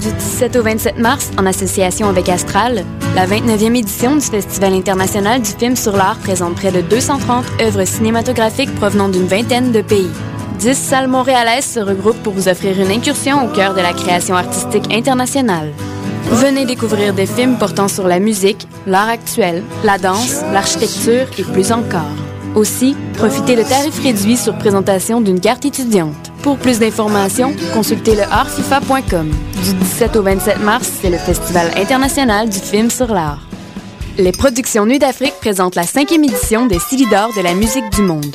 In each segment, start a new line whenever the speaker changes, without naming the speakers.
17 au 27 mars, en association avec Astral, la 29e édition du Festival international du film sur l'art présente près de 230 œuvres cinématographiques provenant d'une vingtaine de pays. 10 salles montréalaises se regroupent pour vous offrir une incursion au cœur de la création artistique internationale. Venez découvrir des films portant sur la musique, l'art actuel, la danse, l'architecture et plus encore. Aussi, profitez de tarifs réduits sur présentation d'une carte étudiante. Pour plus d'informations, consultez le artfifa.com. Du 17 au 27 mars, c'est le Festival international du film sur l'art. Les productions Nuit d'Afrique présentent la cinquième édition des Silidors de la musique du monde.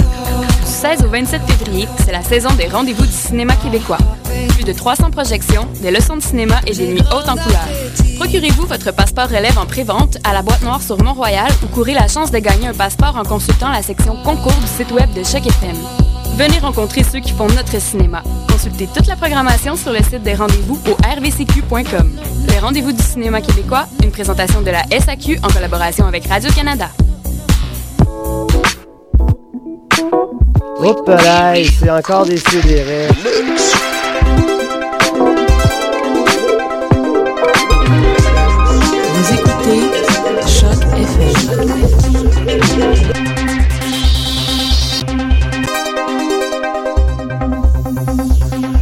Du 16 au 27 février, c'est la saison des rendez-vous du cinéma québécois. Plus de 300 projections, des leçons de cinéma et des nuits hautes en couleur. Procurez-vous votre passeport relève en prévente à la boîte noire sur Mont-Royal ou courez la chance de gagner un passeport en consultant la section concours du site web de Choc FM. Venez rencontrer ceux qui font notre cinéma. Consultez toute la programmation sur le site des rendez-vous au rvcq.com. Les rendez-vous du cinéma québécois, une présentation de la SAQ en collaboration avec Radio-Canada.
Hop là, et c'est encore des CDR.
Vous écoutez Choc FM.
Oh, euh, pas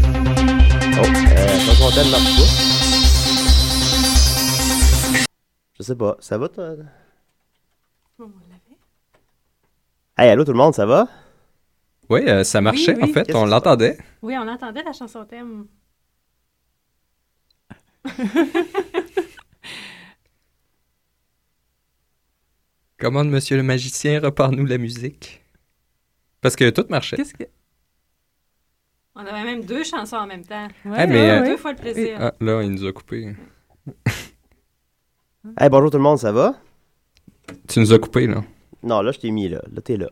content de marche pas. Je sais pas, ça va toi? Hey, allô tout le monde, ça va?
Oui, euh, ça marchait
Oui, oui.
en fait,
Qu'est-ce
on
qui se
l'entendait.
Oui, on entendait la chanson thème.
Commande monsieur le magicien, repars-nous la musique. Parce que tout marchait.
Qu'est-ce que.
On avait même deux chansons en même temps.
Ouais,
Ah, mais,
ouais,
euh,
Deux
ouais.
fois le plaisir.
Ah, là, il nous a coupé.
Hey, bonjour tout le monde, ça va?
Tu nous as coupé là.
Non, là, je t'ai mis là. Là, t'es là.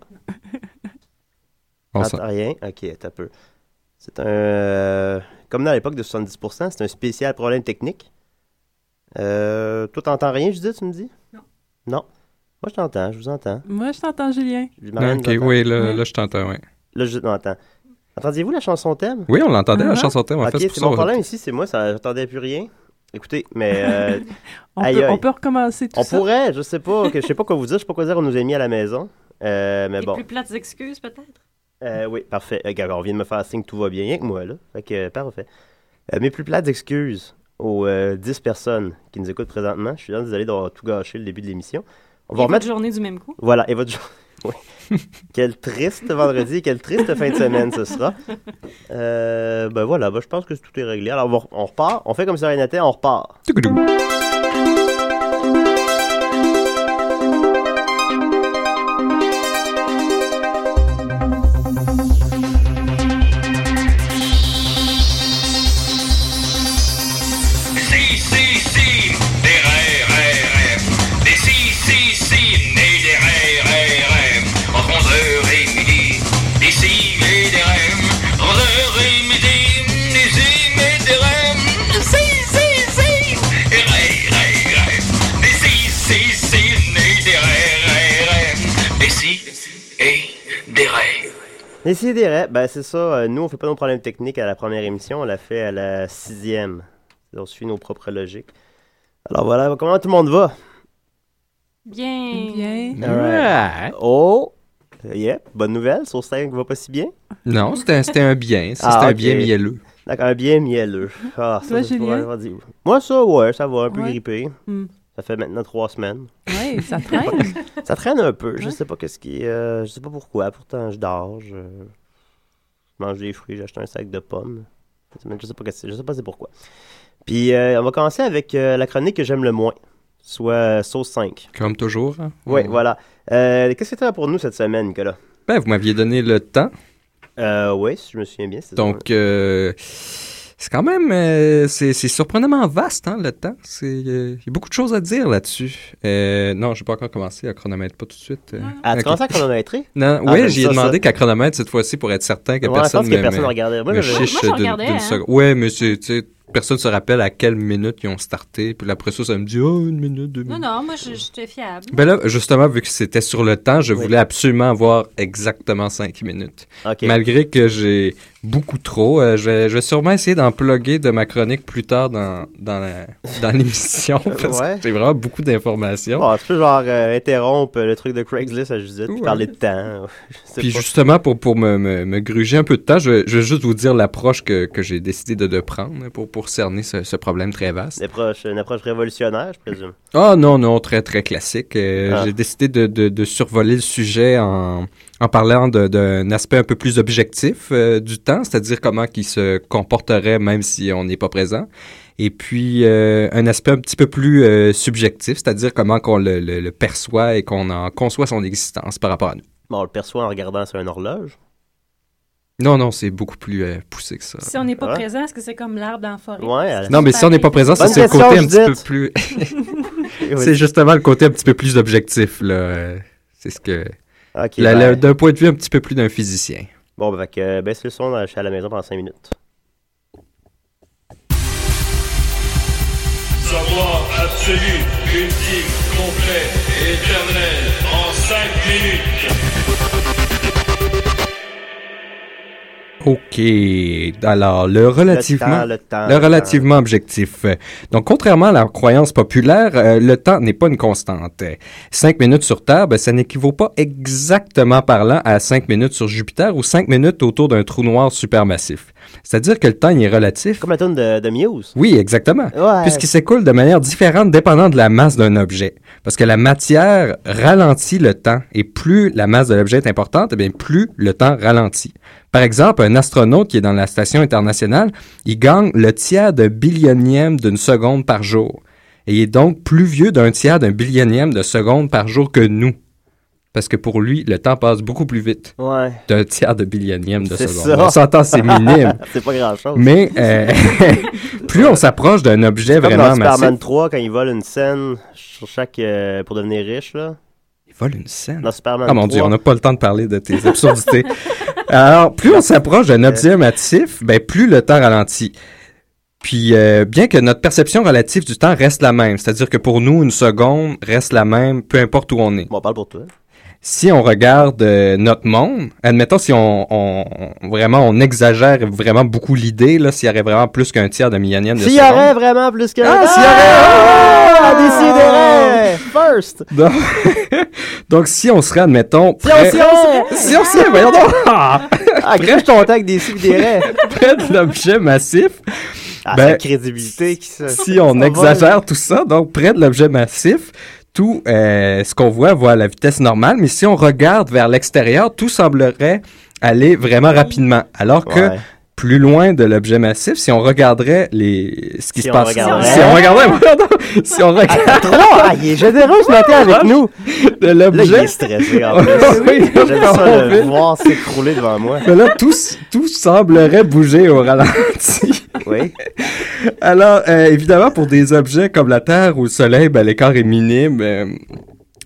On s'en-
Attends, rien. Ok, t'as peu. C'est un. euh, comme dans l'époque de 70%, c'est un spécial problème technique. Euh, toi, t'entends rien, je dis, tu me dis?
Non.
Non. Moi, je t'entends, je vous entends.
Moi, je t'entends, Julien.
Je-
Non,
Marianne,
ok,
vous entend?
oui, là, là, je t'entends. ouais.
Là, je t'entends. Entendiez-vous la chanson thème?
Oui, on l'entendait, la
Ah.
chanson thème. En
ok,
fait, c'est pour
c'est
ça
mon
on-
problème ici, c'est moi, ça, j'entendais plus rien. Écoutez, mais euh,
On,
Aïe,
peut,
aïe.
on peut recommencer tout
on
ça.
pourrait, je sais pas, que, je sais pas quoi vous dire, je sais pas quoi dire aux nos amis à la maison. Euh, mais
Les
bon.
plus plates excuses, peut-être.
Euh, oui, parfait. Euh, Gab, on vient de me faire signe que tout va bien rien que moi, là. Fait que, euh, parfait. Euh, mes plus plates excuses aux euh, 10 personnes qui nous écoutent présentement. Je suis vraiment désolé d'avoir tout gâché le début de l'émission. On va
Et
remettre...
votre journée du même coup.
Voilà, et votre jour... Oui. quel triste vendredi, quelle triste fin de semaine ce sera. Euh, ben voilà, ben je pense que tout est réglé. Alors, on, va- on repart. On fait comme si rien n'était, on repart.
Tougoudou.
Si, si, si, des RRRF. Des si, si, si, nés des RRRF. Entre 11h et midi, des si et des REM. 11h et midi, des si et des REM. Si, si, si, des RRRF. Des si, si, si, nés des RRRF. Des si et des REM.
Décidérez, ben c'est ça. euh, Nous, on fait pas nos problèmes techniques à la première émission, on l'a fait à la sixième. On suit nos propres logiques. Alors voilà, comment tout le monde va?
Bien.
Bien.
Ouais.
Oh! Yep, bonne nouvelle, sur 5 va pas si bien.
Non, c'était c'était un bien. ça,
Ah,
C'était un
ok.
bien mielleux.
D'accord, un bien mielleux. Ah,
Toi,
je
Julien?
pourrais dire. Moi, ça, ouais, ça va, un peu
Ouais.
grippé.
Hmm.
Ça fait maintenant trois semaines.
Oui, ça traîne.
Ça traîne un peu, je
Ouais.
sais pas qu'est-ce qui. euh, je sais pas pourquoi, pourtant je dors, je, je mange des fruits, j'achète un sac de pommes. Cette semaine, Je sais pas, qu'est-ce- je sais pas c'est pourquoi. Puis euh, on va commencer avec euh, la chronique que j'aime le moins, soit euh, Sauce 5.
Comme toujours. hein.
Oui,
On-
voilà. Euh, qu'est-ce que tu as pour nous cette semaine, Nicolas
Ben, vous m'aviez donné le temps.
euh, Oui, si je me souviens bien. c'est ça.
Donc, euh, C'est quand même, euh, c'est c'est surprenamment vaste, hein, le temps. C'est, euh, Il y a beaucoup de choses à dire là-dessus. Euh, non, je n'ai pas encore commencé à chronomètre, pas tout de suite. euh.
Ah, À
Ok.
35 chronométré?
Non,
Ah, j'aime
oui, j'y ai
ça,
demandé
ça.
qu'à chronomètre cette fois-ci pour être certain que
Ouais, je
personne
pense que
me-
personne
me-
ne regardait. Moi,
me
j'avais-
chiche
Moi, je
d'une-
regardais,
d'une
hein.
seconde. Ouais, mais c'est, tu sais, personne se rappelle à quelle minute ils ont starté. Puis après ça, ça me dit, oh, une minute, deux minutes.
Non, non, moi, je- j'étais fiable.
Ben là, justement, vu que c'était sur le temps, je
Oui.
voulais absolument avoir exactement cinq minutes.
Ok.
Malgré que j'ai beaucoup trop, euh, je, vais, je vais sûrement essayer d'en plugger de ma chronique plus tard dans, dans, la- dans l'émission. parce
Ouais.
que j'ai vraiment beaucoup d'informations.
Bon, tu peux genre euh, interrompre le truc de Craigslist à Judith, puis
Ouais.
parler de temps. Je sais
Puis
pas.
justement, pour, pour me, me, me gruger un peu de temps, je, vais- je vais juste vous dire l'approche que, que j'ai décidé de, de prendre hein, pour, pour cerner ce, ce problème très vaste.
Une approche, une approche révolutionnaire, je présume.
Ah non, non, très, très classique. Euh,
Ah.
J'ai décidé de, de, de survoler le sujet en, en parlant de- d'un aspect un peu plus objectif euh, du temps, c'est-à-dire comment il se comporterait même si on n'est pas présent. Et puis, euh, un aspect un petit peu plus euh, subjectif, c'est-à-dire comment qu'on le, le- le perçoit et qu'on en conçoit son existence par rapport à nous.
Bon, Ben, on le perçoit en regardant sur une horloge.
Non, non, c'est beaucoup plus euh, poussé que ça.
Si on n'est pas
Ouais.
présent, est-ce que c'est comme l'arbre dans la forêt?
Ouais, elle-
Non, mais si on n'est pas présent, ça,
Bonne
c'est le
question,
côté un petit peu
Judith.
plus... c'est
Oui.
justement le côté un petit peu plus objectif, là. Euh, C'est ce que...
Ok,
La-
ben,
la- D'un point de vue un petit peu plus d'un physicien.
Bon, ben, fait que, euh, baisse le son, euh, je suis à la maison pendant 5 minutes.
Savoir absolu, ultime, complet, éternel, en 5 minutes.
OK. Alors, le relativement...
Le temps, le temps.
Le relativement objectif. Donc, contrairement à la croyance populaire, euh, le temps n'est pas une constante. Cinq minutes sur Terre, ben, ça n'équivaut pas exactement parlant à cinq minutes sur Jupiter ou cinq minutes autour d'un trou noir supermassif. C'est-à-dire que le temps il est relatif.
Comme la tune de, de Muse.
Oui, exactement.
Ouais.
puisqu'il s'écoule de manière différente dépendant de la masse d'un objet. Parce que la matière ralentit le temps, et plus la masse de l'objet est importante, eh bien, plus le temps ralentit. Par exemple, un astronaute qui est dans la station internationale, il gagne le tiers d'un billionième d'une seconde par jour. Et il est donc plus vieux d'un tiers d'un billionième de seconde par jour que nous. Parce que pour lui, le temps passe beaucoup plus vite
Ouais.
d'un tiers de billionième de
C'est
seconde.
ça.
On s'entend, c'est minime.
C'est pas grand chose.
Mais euh, plus on s'approche d'un objet
Comme dans
vraiment massif,
Superman 3, quand ils volent une scène sur chaque, euh, pour devenir riche, là.
Il vole une scène.
Dans Superman
Ah mon
3.
Dieu, on n'a pas le temps de parler de tes absurdités. Alors, plus on s'approche d'un objet massif, ben, plus le temps ralentit. Puis, euh, bien que notre perception relative du temps reste la même, c'est-à-dire que pour nous, une seconde reste la même, peu importe où on est.
Bon, on parle pour toi.
Si on regarde euh, notre monde, admettons si on, on- on- vraiment on exagère vraiment beaucoup l'idée, là, s'il y aurait vraiment plus qu'un tiers d'un millionième de
S'il y
seconde.
aurait vraiment plus que.
Ah, s'il y Ah!
Ah, décidérez! First!
Donc, donc, si on serait, admettons,
Si on
près-
s'y est!
si on s'y est, voyons donc! Ah!
Ah, grève ton temps avec des sidérés!
près de l'objet massif,
Ah,
Ben,
c'est la crédibilité qui se.
si on
s'envole.
exagère tout ça, donc près de l'objet massif, tout euh, ce qu'on voit voit à la vitesse normale, mais si on regarde vers l'extérieur, tout semblerait aller vraiment rapidement. Alors que
Ouais.
plus loin de l'objet massif, si on regarderait les ce qui
Si
se
on
passe,
regardait.
si on regardait, pardon, si on regarde
Trois! Ah, il est généreux ce matin avec nous!
de
Là, il
l'objet,
est stressé en
Oui,
plus. J'aime ça
on
le
fait-
voir s'écrouler devant moi.
mais là tout s- tout semblerait bouger au ralenti.
Oui.
Alors, euh, évidemment, pour des objets comme la Terre ou le Soleil, ben, l'écart est minime euh,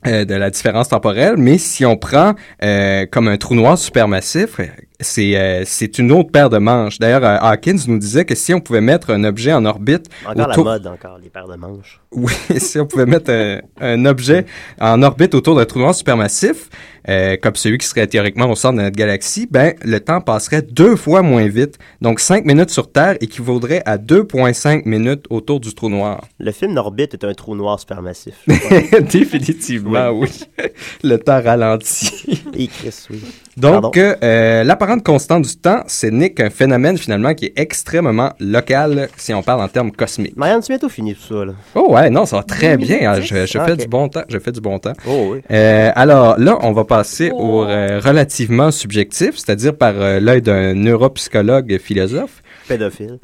euh, de la différence temporelle, mais si on prend euh, comme un trou noir supermassif, euh, c'est euh, c'est une autre paire de manches. D'ailleurs, euh, Hawkins nous disait que si on pouvait mettre un objet en orbite
Encore
autour-
la mode, encore, les paires de manches.
oui, si on pouvait mettre un, un objet en orbite autour d'un trou noir supermassif, euh, comme celui qui serait théoriquement au centre de notre galaxie, ben le temps passerait deux fois moins vite. Donc 5 minutes sur Terre équivaudrait à 2,5 minutes autour du trou noir.
Le film Orbite est un trou noir supermassif.
Définitivement, oui. Le temps ralentit.
Et Chris, oui. Pardon.
Donc, euh, euh, l'apparente constante du temps, ce n'est qu'un phénomène finalement qui est extrêmement local si on parle en termes cosmiques.
Marianne, tu es bientôt fini tout ça, là.
Oh ouais, non, ça va très bien. hein. Je, je
Ah,
fais
ok.
du bon temps. Je fais du bon temps.
Oh oui.
Euh, alors là, on va passer
Oh.
au euh, relativement subjectif, c'est-à-dire par euh, l'œil d'un neuropsychologue philosophe.
Pédophile.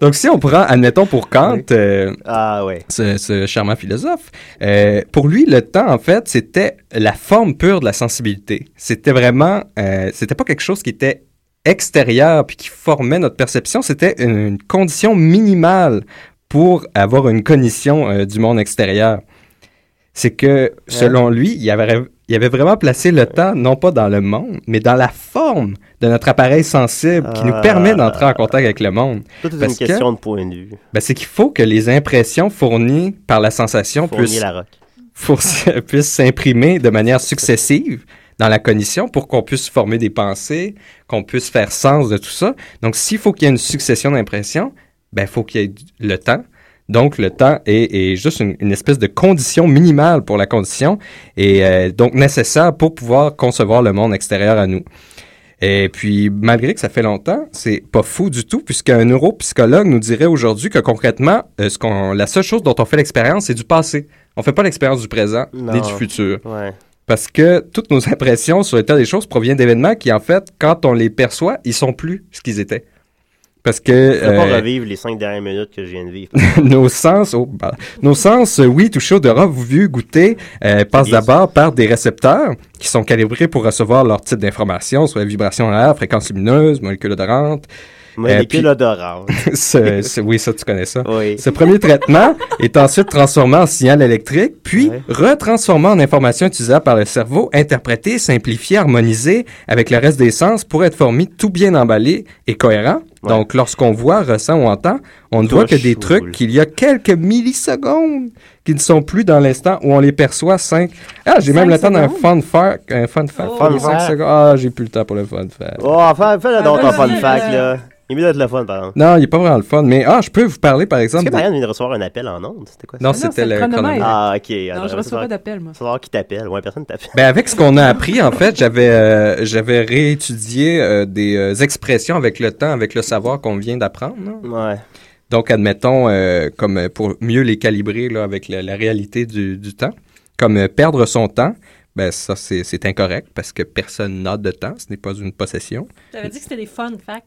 Donc si on prend, admettons pour Kant,
Oui.
euh,
Ah ouais.
ce, ce charmant philosophe, euh, pour lui, le temps, en fait, c'était la forme pure de la sensibilité. C'était vraiment, euh, c'était pas quelque chose qui était extérieure puis qui formait notre perception, c'était une, une condition minimale pour avoir une cognition euh, du monde extérieur. C'est que, selon lui, il avait, il avait vraiment placé le temps, non pas dans le monde, mais dans la forme de notre appareil sensible qui nous permet d'entrer en contact avec le monde.
Tout est
Parce
une question de point de vue.
Ben, c'est qu'il faut que les impressions fournies par la sensation
Fournier
puissent
la roque.
pour- puisse s'imprimer de manière successive dans la cognition pour qu'on puisse former des pensées, qu'on puisse faire sens de tout ça. Donc, s'il faut qu'il y ait une succession d'impressions, ben, il faut qu'il y ait du- le temps. Donc, le temps est, est juste une, une espèce de condition minimale pour la condition et euh, donc nécessaire pour pouvoir concevoir le monde extérieur à nous. Et puis, malgré que ça fait longtemps, c'est pas fou du tout, puisqu'un neuropsychologue nous dirait aujourd'hui que concrètement, euh, ce qu'on, la seule chose dont on fait l'expérience, c'est du passé. On fait pas l'expérience du présent
Non.
ni du futur.
Ouais.
Parce que toutes nos impressions sur l'état des choses proviennent d'événements qui, en fait, quand on les perçoit, ils sont plus ce qu'ils étaient. Parce que
Je ne pas
euh,
revivre les cinq dernières minutes que je viens de vivre.
nos sens, oh, bah, nos sens, euh, oui, touchés, odorat, vu, goûter, euh, passent
Bien
d'abord par des récepteurs qui sont calibrés pour recevoir leur type d'information, soit vibration en l'air, fréquence lumineuse, molécules odorantes.
Molécule
Euh, puis-
odorante.
Ce- ce- oui, ça, tu connais ça.
Oui.
Ce premier traitement est ensuite transformé en signal électrique, puis
Ouais.
retransformé en information utilisable par le cerveau, interprétée, simplifiée, harmonisée avec le reste des sens pour être formé tout bien emballé et cohérent.
Ouais.
Donc, lorsqu'on voit, ressent ou entend, on ne voit que
Touche
des
ou
trucs
roule.
qu'il y a quelques millisecondes qui ne sont plus dans l'instant où on les perçoit cinq. Ah, j'ai même
Cinq
le temps d'un fun
secondes?
fact. Un fun fact.
Oh.
Fun
Fun
cinq
fact.
secondes. Ah, j'ai plus le temps pour le fun fact.
Oh, fais, fais-le
Ah,
donc ton
vas-y,
fun
euh,
fact, là. Il est mieux d'être le fun, par exemple.
Non, il est pas vraiment le fun, mais ah, je peux vous parler par
Est-ce
exemple.
que
de-
Marianne vient de recevoir un appel en onde? C'était quoi ça?
Non,
Ah non,
c'était
c'est le
le
chronomètre.
chronomètre.
Ah, ok.
Non, je reçois pas d'appel, moi.
Faut savoir qui t'appelle. Ouais, personne t'appelle.
Ben avec ce qu'on a appris, en fait, j'avais euh, j'avais réétudié euh, des euh, expressions avec le temps, avec le savoir qu'on vient d'apprendre. là.
Ouais.
Donc, admettons, euh, comme euh, pour mieux les calibrer là, avec la, la réalité du, du temps, comme euh, perdre son temps, ben ça, c'est c'est incorrect parce que personne n'a de temps, ce n'est pas une possession.
J'avais dit que c'était des fun facts.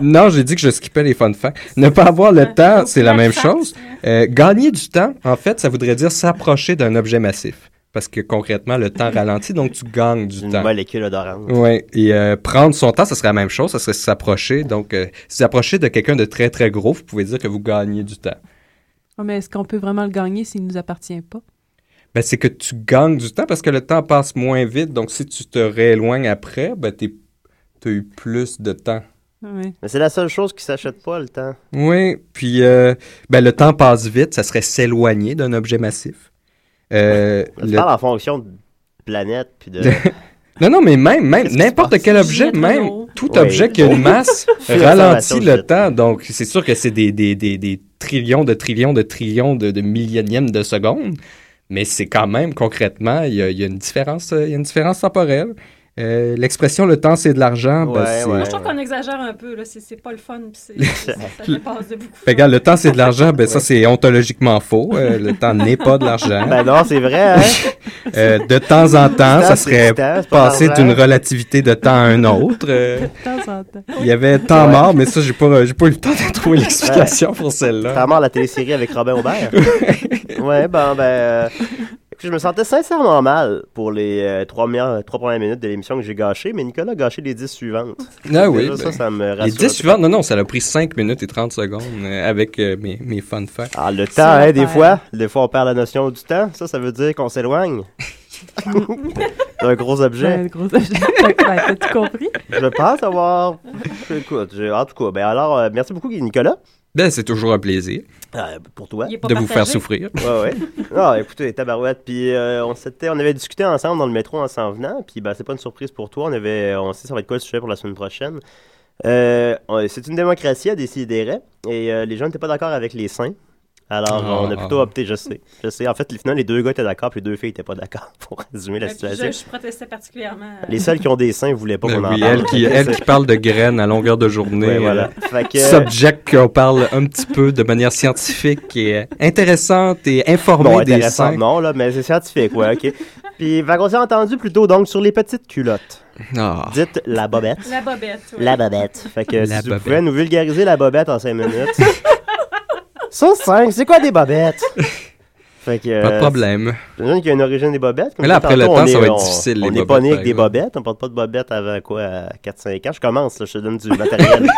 non, j'ai dit que je skippais les fun facts. Ne pas avoir le temps, c'est la
Fun
même
facts.
chose. Euh, gagner du temps, en fait, ça voudrait dire s'approcher d'un objet massif. Parce que concrètement, le temps ralentit, donc tu gagnes du
Une
temps.
molécule odorante.
Oui, et euh, prendre son temps, ça serait la même chose, ça serait s'approcher. Donc, euh, si vous approchez de quelqu'un de très, très gros, vous pouvez dire que vous gagnez du temps.
Ah, mais est-ce qu'on peut vraiment le gagner s'il nous appartient pas?
Ben, c'est que tu gagnes du temps parce que le temps passe moins vite. Donc, si tu te rééloignes après, ben, tu as eu plus de temps.
Oui.
Mais c'est la seule chose qui s'achète pas, le temps.
Oui, puis euh, ben, le temps passe vite, ça serait s'éloigner d'un objet massif. Euh,
Ça se
le-
parle en fonction de planète, puis de...
Non, non, mais même, même
Qu'est-ce qui se
n'importe
passe?
quel objet,
Juliette
même
Renaud.
tout
Oui.
objet qui a une masse
Observation,
ralentit le
Juliette.
temps. Donc, c'est sûr que c'est des, des, des, des trillions de trillions de trillions de, de millionièmes de secondes, mais c'est quand même concrètement, il y a, il y a une différence, euh, il y a une différence temporelle. Euh, L'expression le temps c'est de l'argent, ben,
Ouais,
c'est-
ouais.
Moi, je trouve qu'on exagère un peu. là. C'est- C'est pas le fun. puis c'est- c'est- Ça dépasse de beaucoup.
Fait que, regarde, le temps c'est de l'argent, ben ça c'est ontologiquement faux. Euh, le temps n'est pas de l'argent.
Ben non, c'est vrai, hein?
Euh, de temps en temps,
Du temps,
ça
c'est
serait
du temps, c'est pas
passer
d'argent.
d'une relativité de temps à un autre. Euh,
De temps en temps.
Il y avait temps mort, mais ça, j'ai pas, j'ai pas eu le temps de trouver l'explication pour celle-là.
Vraiment la télésérie avec Robin Aubert. ouais, ben, ben... euh, écoute, Je me sentais sincèrement mal pour les euh, trois, meilleures- trois premières minutes de l'émission que j'ai gâchées, mais Nicolas a gâché les dix suivantes.
Ah oui.
Déjà, ça,
ben,
ça me rassure.
les
un
10 suivantes, non, non, ça a pris 5 minutes et 30 secondes euh, avec euh, mes, mes fun facts.
Ah, le
C'est
temps, hein, des
l'enfer.
fois. Des fois, on perd la notion du temps. Ça, ça veut dire qu'on s'éloigne. D'un gros
Ben,
objet.
le gros objet. Ben, T'as-tu compris?
Je pense avoir. Écoute, j'ai- en tout cas, ben alors, euh, merci beaucoup, Nicolas,
Ben, c'est toujours un plaisir
Euh, pour toi.
Il est pas
de vous faire
partagé.
souffrir.
Ouais, ouais. Ah, écoutez, tabarouette. Puis, euh, on s'était, on avait discuté ensemble dans le métro en s'en venant. Puis, ben, c'est pas une surprise pour toi. On avait, on sait ça va être quoi le sujet pour la semaine prochaine. Euh, on- c'est une démocratie à décider. Et euh, les gens n'étaient pas d'accord avec les saints. Alors,
Ah,
on a plutôt
ah.
opté, je sais. Je sais. En fait, finalement, les deux gars étaient d'accord, puis les deux filles étaient pas d'accord, pour résumer la
Fait que Je,
situation.
je protestais particulièrement. euh,
Les seuls qui ont des seins voulaient pas
Ben
qu'on en
oui,
parle.
elle qui,
Fait que
elle
c'est-
qui parle de graines à longueur de journée.
Ouais, voilà.
euh,
Fait que-
Subject qu'on parle un petit peu de manière scientifique et euh, intéressante et informée
Bon,
des
intéressant,
seins.
non, là, mais c'est scientifique, ouais, ok. Puis, fait qu'on s'est entendu plutôt, donc, sur les petites culottes.
Ah.
Dites la bobette.
La bobette. ouais.
La bobette. Fait que
La
si vous
bobette.
pouvez nous vulgariser la bobette en 5 minutes. Sur 5, c'est quoi des bobettes? Fait que, euh,
Pas de problème.
J'imagine qu'il y a une origine des bobettes. comme
Mais là,
ça,
après le
tantôt,
temps,
on
ça va
est-
être
on-
difficile, les
On n'est pas
bobettes,
né
par
avec des
exemple.
bobettes. On porte pas de bobettes avant quoi, à 4-5 ans. Je commence, là, je te donne du matériel.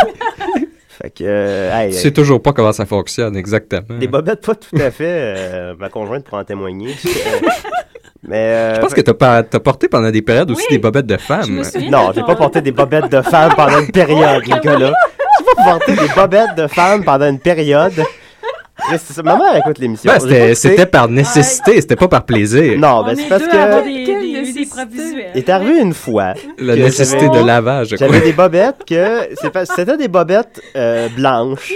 fait que, euh, hey,
Tu sais toujours pas comment ça fonctionne exactement.
des bobettes, pas tout à fait. euh, ma conjointe pourra en témoigner. Euh, mais, euh,
Je pense
fait-
que t'as pas- t'as porté pendant des périodes aussi
Oui.
des bobettes de
Je me
femmes.
souviens
Non,
de
j'ai
ton-
pas porté des bobettes de femmes pendant une période, les gars-là. J'ai pas porté des bobettes de femmes pendant une période. Mais c'est ça, Ma mère écoute l'émission. J'ai
Ben,
pas
c'était
écouté.
c'était par nécessité, c'était pas par plaisir.
Non,
On
ben, c'est
est
parce
deux à avoir
que.
des,
Quelle
des- des
nécessité.
preuves visuelles.
Il est arrivé une fois.
La
que
nécessité
j'avais-
de lavage, je
J'avais
crois.
des bobettes que. c'est pas- C'était des bobettes euh, blanches.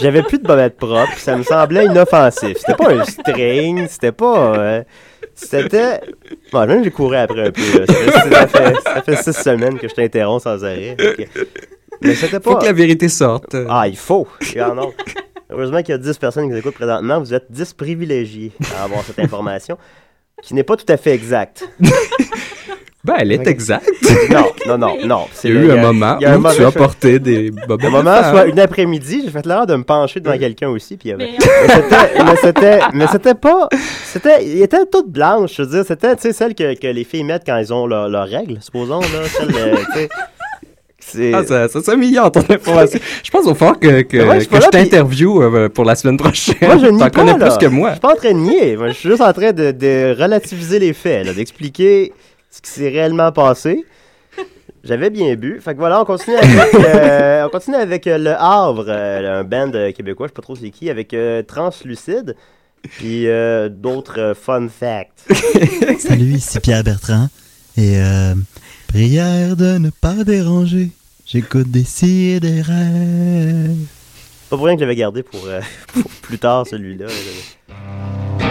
J'avais plus de bobettes propres. Ça me semblait inoffensif. C'était pas un string. C'était pas. euh, C'était. Bon, même j'ai couru après un peu. là. Ça fait- Ça fait, ça fait six semaines que je t'interromps sans arrêt. Ok. Mais c'était pas.
Faut que la vérité sorte.
Ah, il faut. Il y en a. Heureusement qu'il y a 10 personnes qui nous écoutent présentement. Vous êtes 10 privilégiés à avoir cette information qui n'est pas tout à fait exacte.
Ben, elle est exacte.
Non, non, non, non.
Il y a eu
il y
un
a-
moment
il y a un
où tu
moment-
as porté des bobettes
Un
de
moment,
femmes.
soit une après-midi, j'ai fait l'heure de me pencher devant quelqu'un aussi, puis il y avait...
Mais
Mais c'était, mais c'était, mais c'était pas, c'était, il était toutes blanches, je veux dire, c'était, tu sais, celles que, que les filles mettent quand elles ont leur- leurs règles, supposons, là, celles, euh, tu sais, c'est...
Ah, ça, ça s'améliore ton information. Je pense au fort que, que,
Mais ouais, je suis
que
pas
je
là, puis-
t'interview euh, pour la semaine prochaine.
Moi, je nie
T'en
pas,
connais
là.
plus que moi.
Je suis pas en train de nier. Moi, je suis juste en train de, de relativiser les faits, là, d'expliquer ce qui s'est réellement passé. J'avais bien bu. Fait que voilà, on continue avec, euh, on continue avec euh, Le Havre, euh, un band euh, québécois, je sais pas trop c'est qui, avec euh, Translucide, puis euh, d'autres euh, fun facts.
Salut, ici Pierre Bertrand. Et euh, prière de ne pas déranger. J'écoute des cires des rêves.
Pas pour rien que j'avais gardé pour, euh, pour plus tard celui-là. euh,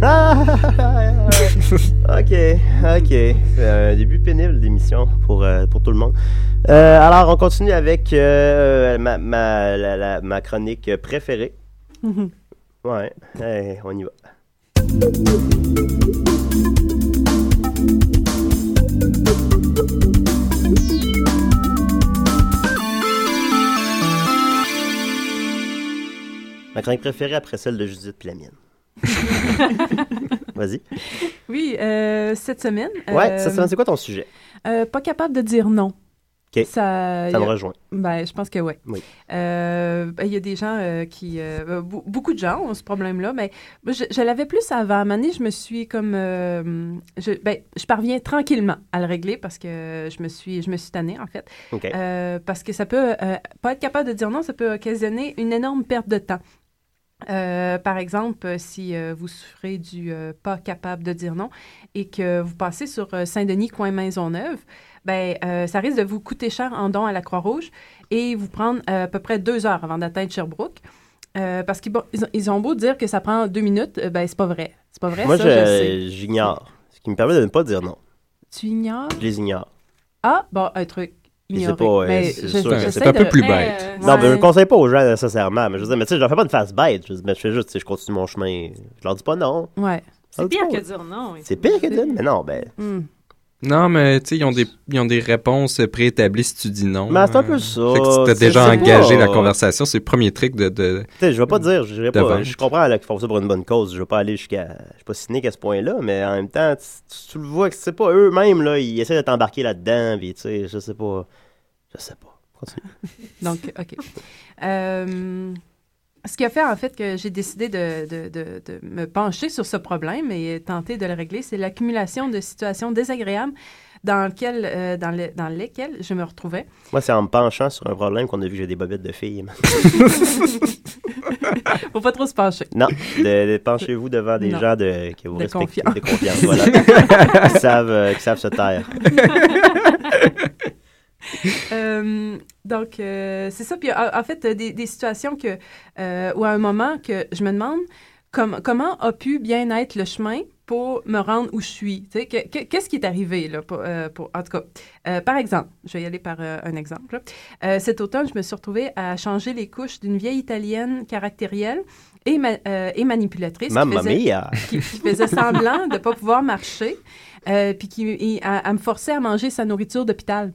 Ah. OK, OK. C'est un début pénible d'émission pour, euh, pour tout le monde. Euh, alors, on continue avec euh, ma, ma, la- la- ma chronique préférée.
Mhm.
Ouais, Hey, on y va. Ma chronique préférée après celle de Judith puis la mienne. Vas-y.
Oui, euh, cette semaine.
Ouais,
euh,
cette semaine, c'est quoi ton sujet?
euh, pas capable de dire non.
OK.
Ça,
Ça me
y a-
rejoint.
ben, je pense que ouais.
Oui.
Euh, ben, Il y a des gens euh, qui. euh, ben, bou- beaucoup de gens ont ce problème-là, mais moi, je, je l'avais plus avant. À un moment donné, je me suis comme. euh, je, ben, je parviens tranquillement à le régler parce que je me suis, je me suis tannée, en fait.
OK.
Euh, parce que ça peut, euh, pas être capable de dire non, ça peut occasionner une énorme perte de temps. Euh, par exemple, euh, si euh, vous souffrez du euh, pas capable de dire non et que vous passez sur euh, Saint-Denis, coin Maisonneuve, ben, euh, ça risque de vous coûter cher en don à la Croix-Rouge et vous prendre euh, à peu près deux heures avant d'atteindre Sherbrooke. Euh, parce qu'ils bon, ils ont, ils ont beau dire que ça prend deux minutes, euh, ben, c'est pas vrai. C'est pas vrai,
Moi,
ça, je sais.
je- j'ignore. Ce qui me permet de ne pas dire non.
Tu ignores?
Je les ignore.
Ah, bon, un truc.
sais
Ignorer.
pas, euh,
Mais
c'est
je-
sûr que
j'essaie
C'est un
de-
peu plus
Mais,
bête.
euh,
Non, mais je ne
Ouais.
conseille pas aux gens nécessairement. Mais je veux dire, mais tu sais, je leur fais pas de face bête. Je, veux dire, mais je fais juste, tu sais, je continue mon chemin. Je leur dis pas non.
Ouais.
Je
C'est
leur dis
pire
pas,
que
ouais.
dire non.
C'est pire que dire. Mais non, ben.
Hmm.
Non, mais tu sais, ils, ont des- ils ont des réponses préétablies si tu dis non.
Mais c'est un
Euh,
peu ça.
Fait que tu
tu
t'as
sais,
déjà
je sais
engagé
pas.
la conversation, c'est le premier trick de. de-
Tu sais, je vais pas dire, je dirais
De
pas.
vente.
Je comprends là, qu'ils font ça pour une bonne cause. Je veux pas aller jusqu'à. Je suis pas cynique à ce point-là, mais en même temps, tu, tu- tu le vois que c'est pas eux-mêmes, là. Ils essaient de t'embarquer là-dedans, puis tu sais, je sais pas. Je sais pas. Continue.
Donc, OK. Euh, ce qui a fait, en fait, que j'ai décidé de, de- de- de me pencher sur ce problème et tenter de le régler, c'est l'accumulation de situations désagréables dans, lequel, euh, dans, le- dans lesquelles je me retrouvais.
Moi, c'est en me penchant sur un problème qu'on a vu que j'ai des bobettes de filles.
Faut pas trop se pencher.
Non, de- de- penchez-vous devant des
Non.
gens de, que vous
De
respectez,
confiance.
de confiance, voilà, qui, savent, euh, qui savent se taire.
Euh, donc, euh, c'est ça. Puis, en en fait, des, des situations que, euh, ou à un moment que je me demande com- comment a pu bien être le chemin pour me rendre où je suis. Tu sais, que- que- Qu'est-ce qui est arrivé, là, pour, euh, pour- en tout cas. euh, par exemple, je vais y aller par euh, un exemple. là. Euh, cet automne, je me suis retrouvée à changer les couches d'une vieille Italienne caractérielle et, ma- euh, et manipulatrice. qui
Mamma
faisait-
mia!
qui, qui faisait semblant de ne pas pouvoir marcher, euh, puis qui et à, à me forcer à manger sa nourriture d'hôpital.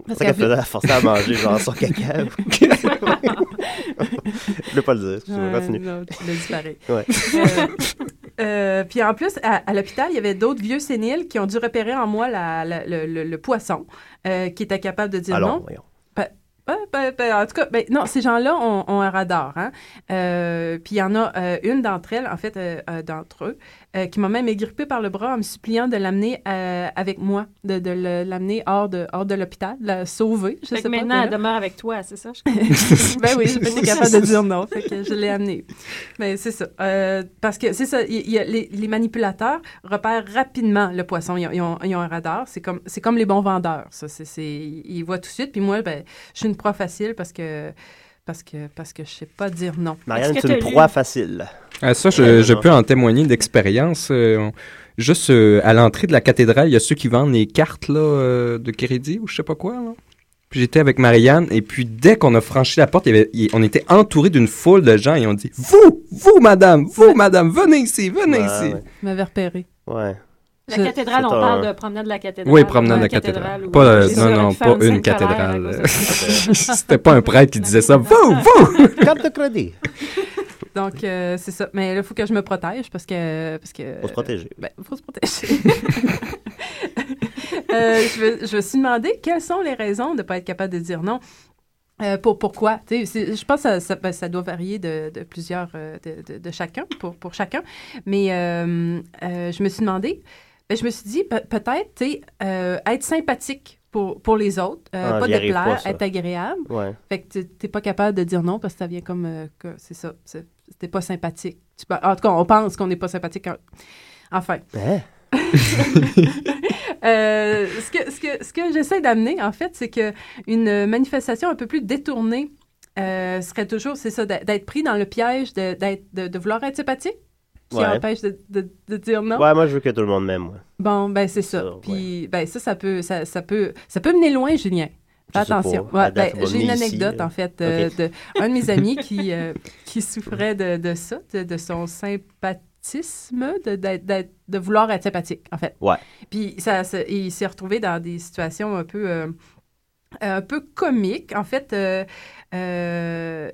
C'est
Parce
ça qu'elle
qu'elle
faisait la forcer à manger, genre son caca. ou- Je veux pas le dire, excuse-moi,
Ouais,
continue.
non, tu l'as dit pareil.
Ouais.
Euh, euh, puis en plus, à, à l'hôpital, il y avait d'autres vieux séniles qui ont dû repérer en moi la- la- le, le- le poisson euh, qui était capable de dire
Alors,
non.
voyons.
Ouais, ben, ben, en tout cas, ben, non, ces gens-là ont, ont un radar. Hein? Euh, puis il y en a euh, une d'entre elles, en fait, euh, euh, d'entre eux, euh, qui m'a même grippée par le bras en me suppliant de l'amener euh, avec moi, de, de le- l'amener hors de, hors de l'hôpital, de la sauver. Je
Fait
sais
que
pas,
maintenant, elle
t'es là.
demeure avec toi, c'est ça? je-
ben oui, j'ai pas été capable de dire non, fait que je l'ai amené. Mais c'est ça. Euh, parce que c'est ça, il- il y a les, les manipulateurs repèrent rapidement le poisson. Ils ont, ils ont- ils ont un radar. C'est comme, c'est comme les bons vendeurs. Ça. C'est, c'est- ils voient tout de suite. Puis moi, ben, je suis une proie facile parce que, parce que, parce que je sais pas dire non.
Marianne,
Est-ce
tu
que
une
t'as lu-
proie facile.
Ah, ça, je,
Ouais,
je
non.
peux en témoigner d'expérience. Euh, on- juste euh, à l'entrée de la cathédrale, il y a ceux qui vendent les cartes là, euh, de crédit ou je sais pas quoi. là. Puis j'étais avec Marianne et puis dès qu'on a franchi la porte, il y avait- il- on était entouré d'une foule de gens et on dit vous, vous madame, vous madame, venez ici, venez
Ouais,
ici.
ouais.
Je m'avais repéré.
Ouais.
La
C'est-
cathédrale, on
c'est un-
parle de promenade de la cathédrale.
Oui, promenant
Ouais,
de la cathédrale.
ou-
Pas, euh,
J'ai
non,
sûr,
non,
femme
pas une
sainte colère à
cathédrale.
cause de-
C'était pas un prêtre qui disait ça. Vous, vous.
Carte de crédit.
Donc euh, c'est ça. Mais là, il faut que je me protège parce que, parce que.
Faut se protéger.
Ben, faut se protéger. Euh, je, me, je me suis demandé quelles sont les raisons de ne pas être capable de dire non. Euh, pour, pourquoi? Tu sais, c'est- Je pense que ça, ça, ben, ça doit varier de, de plusieurs, euh, de, de- de chacun, pour, pour chacun. Mais euh, euh, je me suis demandé, ben, je me suis dit, pe- peut-être, tu sais, euh, être sympathique pour, pour les autres, euh,
Ah,
pas
j'y
de
arrive pas,
plaire,
ça.
être agréable.
Ouais.
Fait que tu n'es pas capable de dire non parce que ça vient comme. euh, que c'est ça, c'est- t'es pas sympathique. Tu, peux- en tout cas, on pense qu'on n'est pas sympathique. quand- Enfin.
Hein?
Euh, ce que, ce que, ce que j'essaie d'amener, en fait, c'est qu'une manifestation un peu plus détournée euh, serait toujours, c'est ça, d'être d'être pris dans le piège de, d'être- de, de vouloir être sympathique, qui
Ouais.
empêche de, de- de dire non.
Ouais, moi, je veux que tout le monde m'aime, moi.
Bon, ben c'est ça.
Ça, ouais.
Puis ben ça, ça peut, ça, ça peut, ça peut mener loin, Julien. Fais
Je sais
attention.
pas. À
Ouais, ben,
date, on va
J'ai une
mener ici,
anecdote,
là.
en fait, euh,
Ok.
de un de mes amis qui, euh, qui souffrait de, de ça, de, de son sympathisme, de, d'être- d'être- de vouloir être sympathique, en fait.
Ouais.
Puis ça, ça- il s'est retrouvé dans des situations un peu, euh, un peu comiques. En fait, euh, euh,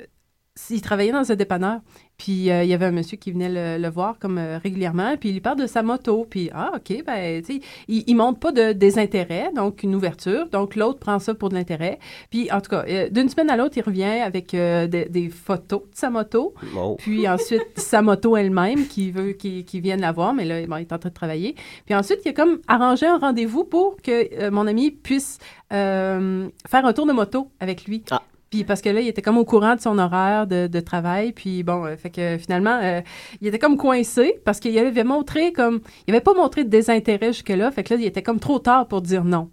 il travaillait dans un dépanneur. Puis euh, il y avait un monsieur qui venait le, le voir comme euh, régulièrement, puis il lui parle de sa moto, puis ah ok ben tu sais il, il montre pas de désintérêt, donc une ouverture, donc l'autre prend ça pour de l'intérêt. Puis en tout cas euh, d'une semaine à l'autre il revient avec euh, des- des photos de sa moto,
Oh.
puis ensuite sa moto elle-même qui veut qui, qui vienne la voir, mais là bon, il est en train de travailler. Puis ensuite il a comme arrangé un rendez-vous pour que euh, mon ami puisse euh, faire un tour de moto avec lui.
Ah.
Puis parce que là, il était comme au courant de son horaire de, de travail. Puis bon, euh, fait que finalement, euh, il était comme coincé parce qu'il avait montré comme. Il avait pas montré de désintérêt jusque-là. Fait que là, il était comme trop tard pour dire non.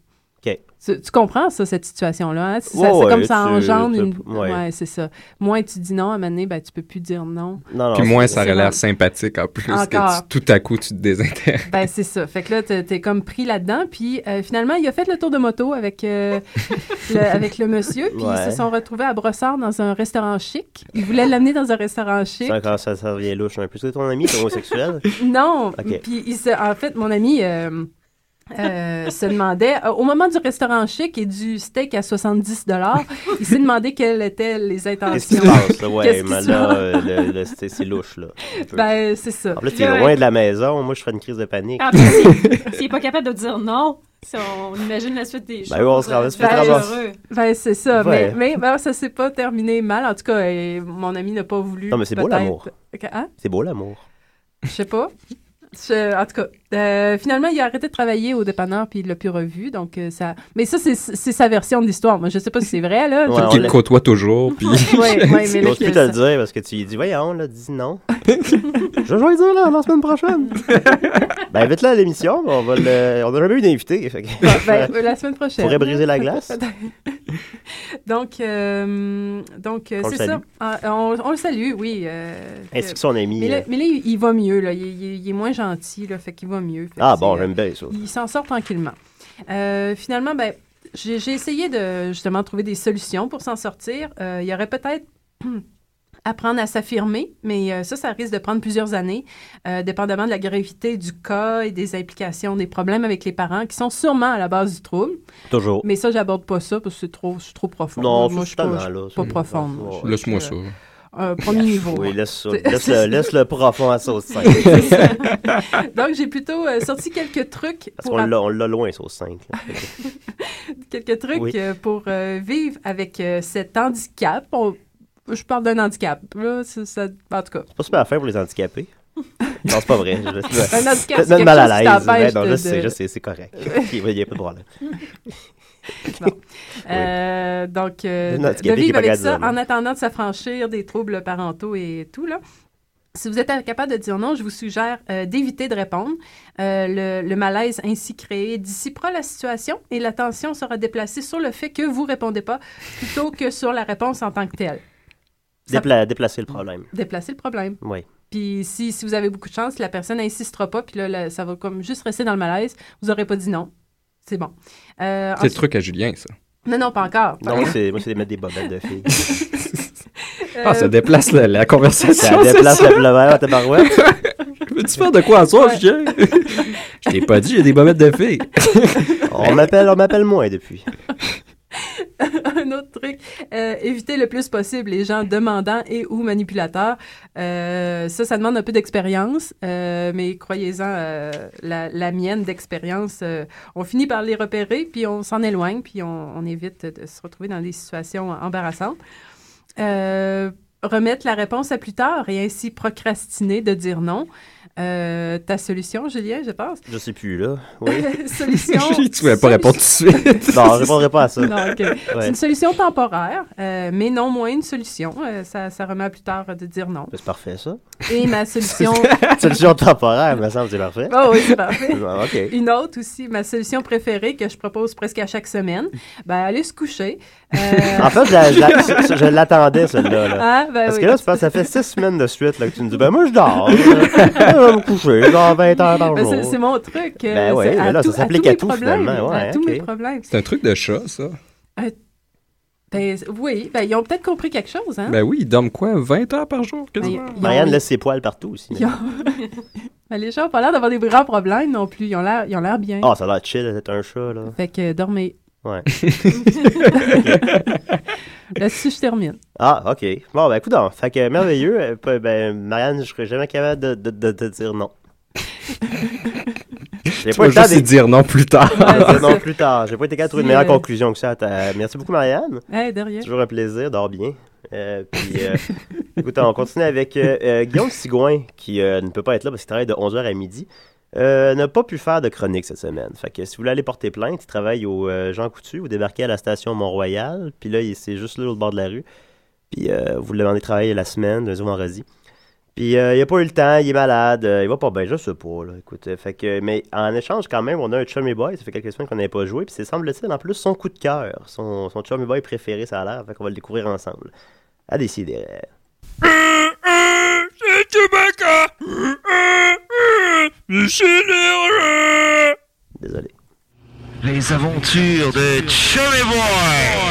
OK.
Tu, tu comprends ça, cette situation-là? hein? C'est-
Ouais,
ça- c'est
ouais,
comme ça
tu-
engendre
tu-
une.
ouais.
Ouais, c'est ça. Moins tu dis non à un moment donné, ben, tu peux plus dire non.
Non, non.
Puis moins, ça aurait
c'est
l'air
bon.
sympathique en plus que
Encore.
tu- tout à coup, tu te désintéresses.
Ben, c'est ça. Fait que là, t'es t'es comme pris là-dedans. Puis euh, finalement, il a fait le tour de moto avec, euh, le, avec le monsieur. Puis
Ouais.
ils se sont retrouvés à Brossard dans un restaurant chic. Il voulait l'amener dans un restaurant chic.
C'est encore ça, ça devient louche un peu. C'est ton ami, t'es homosexuel.
Non.
Ok.
Puis il se- en fait, mon ami euh, euh, se demandait, euh, au moment du restaurant chic et du steak à 70 il s'est demandé quelles étaient les
Qu'est-ce qui se
intentions.
passe, là? Ouais,
Ah, Qu'est-ce qui
mais
se
là, euh, le- le- c'est c'est louche, là. un peu.
ben, c'est ça.
en plus, t'es
là,
loin de la maison. Moi, je ferais une crise de panique.
En
Ah.
plus, s'il- s'il n'est pas capable de dire non, si on imagine la suite des choses.
Ben oui, on se ramasse-
euh,
on se fait
c'est
ramasser.
heureux.
Ben, c'est ça.
Ouais.
Mais, mais ben, ça s'est pas terminé mal. En tout cas, euh, mon ami n'a pas voulu.
Non, mais c'est beau,
peut-être-
l'amour.
Hein?
C'est beau, l'amour.
Je sais pas. Je- en tout cas, euh, finalement, il a arrêté de travailler au dépanneur puis il l'a plus revu. Donc, euh, ça... Mais ça, c'est c'est sa version de l'histoire. Moi, je sais pas si c'est vrai, là.
Ouais, Ah, on
Qui
l'a-
te côtoie toujours, puis
Je- ouais, ouais, mais là,
J'ose plus
que
te le
ça-
dire parce que tu lui dis, voyons, là, dis non. je vais le dire, là, la semaine prochaine. ben, vite là à l'émission, on va le... On a jamais eu d'invité. Fait que-
Ben, euh, la semaine prochaine.
Pourrait briser la glace.
donc, euh, donc euh,
On le
c'est
salue.
ça. Ah, on, on le salue, oui. euh,
Ainsi que
euh,
son ami.
mais, là,
euh.
mais là, il il va mieux. Là. Il, il- il est moins gentil, là, fait qu'il va mieux. Fait que
Ah
c'est,
bon,
euh,
j'aime bien ça.
Il s'en sort tranquillement. Euh, finalement, ben, j'ai j'ai essayé de justement trouver des solutions pour s'en sortir. Euh, il y aurait peut-être apprendre à s'affirmer, mais euh, ça, ça risque de prendre plusieurs années, euh, dépendamment de la gravité du cas et des implications des problèmes avec les parents, qui sont sûrement à la base du trouble.
Toujours.
Mais ça, j'aborde pas ça parce que c'est trop, je suis trop profond.
Non, c'est
moi, je suis pas,
justement,
je suis
là,
pas
c'est-
profonde. moi.
Ouais.
Je-
laisse-moi
je-
ça.
Un premier niveau.
Oui, laisse ça.
C'est-
Laisse le, laisse le profond à sauce 5.
Donc, j'ai plutôt euh, sorti quelques trucs
Parce
pour
qu'on l'a- on l'a loin, sauce 5.
quelques trucs
Oui.
euh, pour euh, vivre avec euh, cet handicap. On- Je parle d'un handicap, là, c'est ça, en tout cas.
C'est pas super à faire pour les handicapés. Non, c'est pas vrai. Je,
Un handicap, c'est
je,
quelque
mal
chose
à
qui
l'aise.
t'empêche
Ben non, je
de-
sais,
de-
je sais, c'est correct. Ok, Il n'y a pas de problème.
Euh, donc, euh,
Un handicapé
de
qui est
vivre
pas
avec ça
gazole.
en attendant de s'affranchir des troubles parentaux et tout, là. Si vous êtes capable de dire non, je vous suggère euh, d'éviter de répondre. Euh, le, le malaise ainsi créé dissipera la situation et l'attention sera déplacée sur le fait que vous répondez pas plutôt que sur la réponse en tant que telle. Ça-
Dépla- déplacer le problème.
Déplacer le problème.
Oui.
Puis si, si vous avez beaucoup de chance, la personne n'insistera pas, puis là, là, ça va comme juste rester dans le malaise. Vous n'aurez pas dit non. C'est bon. Euh,
Ah, C'est le
ensuite-
truc à Julien, ça.
Non, non, pas encore.
Non, moi, c'est moi, c'est de mettre des bobettes de filles.
Ah, ça
Euh,
déplace la, la
Ça
conversation, c'est
déplace
ça?
le problème à ta barouette.
Veux-tu faire de quoi en soir, Julien? Je t'ai pas dit, j'ai des bobettes de filles.
On m'appelle, on m'appelle moins depuis.
un autre truc, euh, éviter le plus possible les gens demandants et ou manipulateurs. Euh, ça, ça demande un peu d'expérience, euh, mais croyez-en, euh, la, la mienne d'expérience, euh, on finit par les repérer, puis on s'en éloigne, puis on, on évite de se retrouver dans des situations embarrassantes. Euh, remettre la réponse à plus tard et ainsi procrastiner de dire non. Euh, ta solution, Julien, je pense.
Je sais plus, là. Oui.
solution.
tu ne pas répondre tout de suite.
non, je répondrai pas à ça.
Non, ok.
Ouais.
C'est une solution temporaire, euh, mais non moins une solution. Euh, ça, ça remet à plus tard euh, de dire non.
Ben, C'est parfait, ça.
Et ma solution.
Solution temporaire, il me semble, c'est parfait.
oh oui, c'est parfait.
Bon, OK.
Une autre aussi, ma solution préférée que je propose presque à chaque semaine, ben aller se coucher. Euh,
En fait, je la- je la- je- je l'attendais, celle-là. là.
hein, ben
Ah, Parce
oui.
que là, c'est parce que ça fait six semaines de suite là, que tu me dis Ben, moi, je dors. là. je vais me coucher, genre 20 heures par
Ben,
jour.
c'est- c'est mon truc. euh,
Ben oui,
c'est
mais là, ça
tout-
s'applique
tous
à
mes
tout,
problèmes,
finalement, ouais,
à tous
ok.
mes problèmes.
C'est un truc de chat, ça.
Ben, oui, ben, ils ont peut-être compris quelque chose. Hein?
Ben oui, ils dorment quoi? 20 heures par jour,
Ben,
quasiment?
ils-
Marianne
ils ont-
laisse ses poils partout aussi.
Ils ont- Ben, les gens n'ont pas l'air d'avoir des grands problèmes non plus. Ils ont l'air ils ont l'air bien.
Ah, ça a l'air chill d'être un chat, là.
Fait que euh, dormez.
Ouais.
Là-dessus, je termine.
Ah, OK. Bon, ben, écoute, fait que merveilleux. Euh, pas- Ben, Marianne, je serais jamais capable de, de, de te dire non. J'ai
Tu vas
pas le temps
juste y
d'é-
dire non plus tard.
Ouais, c'est
Ah, non
ça.
plus tard. J'ai pas été capable de trouver une
Si,
meilleure
euh,
conclusion que ça. à ta- Merci beaucoup, Marianne.
Hey, derrière.
Toujours un plaisir, dors bien. Euh, puis, euh, écoute, on continue avec euh, euh, Guillaume Sigouin, qui euh, ne peut pas être là parce qu'il travaille de 11h à midi. Euh, n'a pas pu faire de chronique cette semaine. Fait que si vous voulez aller porter plainte, il travaille au euh, Jean Coutu, vous débarquez à la station Mont-Royal, puis là, il- c'est juste là, au bord de la rue. Puis euh, vous le demandez de travailler la semaine, lundi au vendredi. Puis euh, il a pas eu le temps, il est malade, euh, il va pas bien, je sais pas, là, écoute. euh, fait que, mais en échange, quand même, on a un Chummy Boy, ça fait quelques semaines qu'on n'avait pas joué, puis c'est, semble-t-il, en plus, son coup de cœur, son, son Chummy Boy préféré, ça a l'air, fait qu'on va le découvrir ensemble. À décider. Désolé.
Les aventures de Chummy Boy.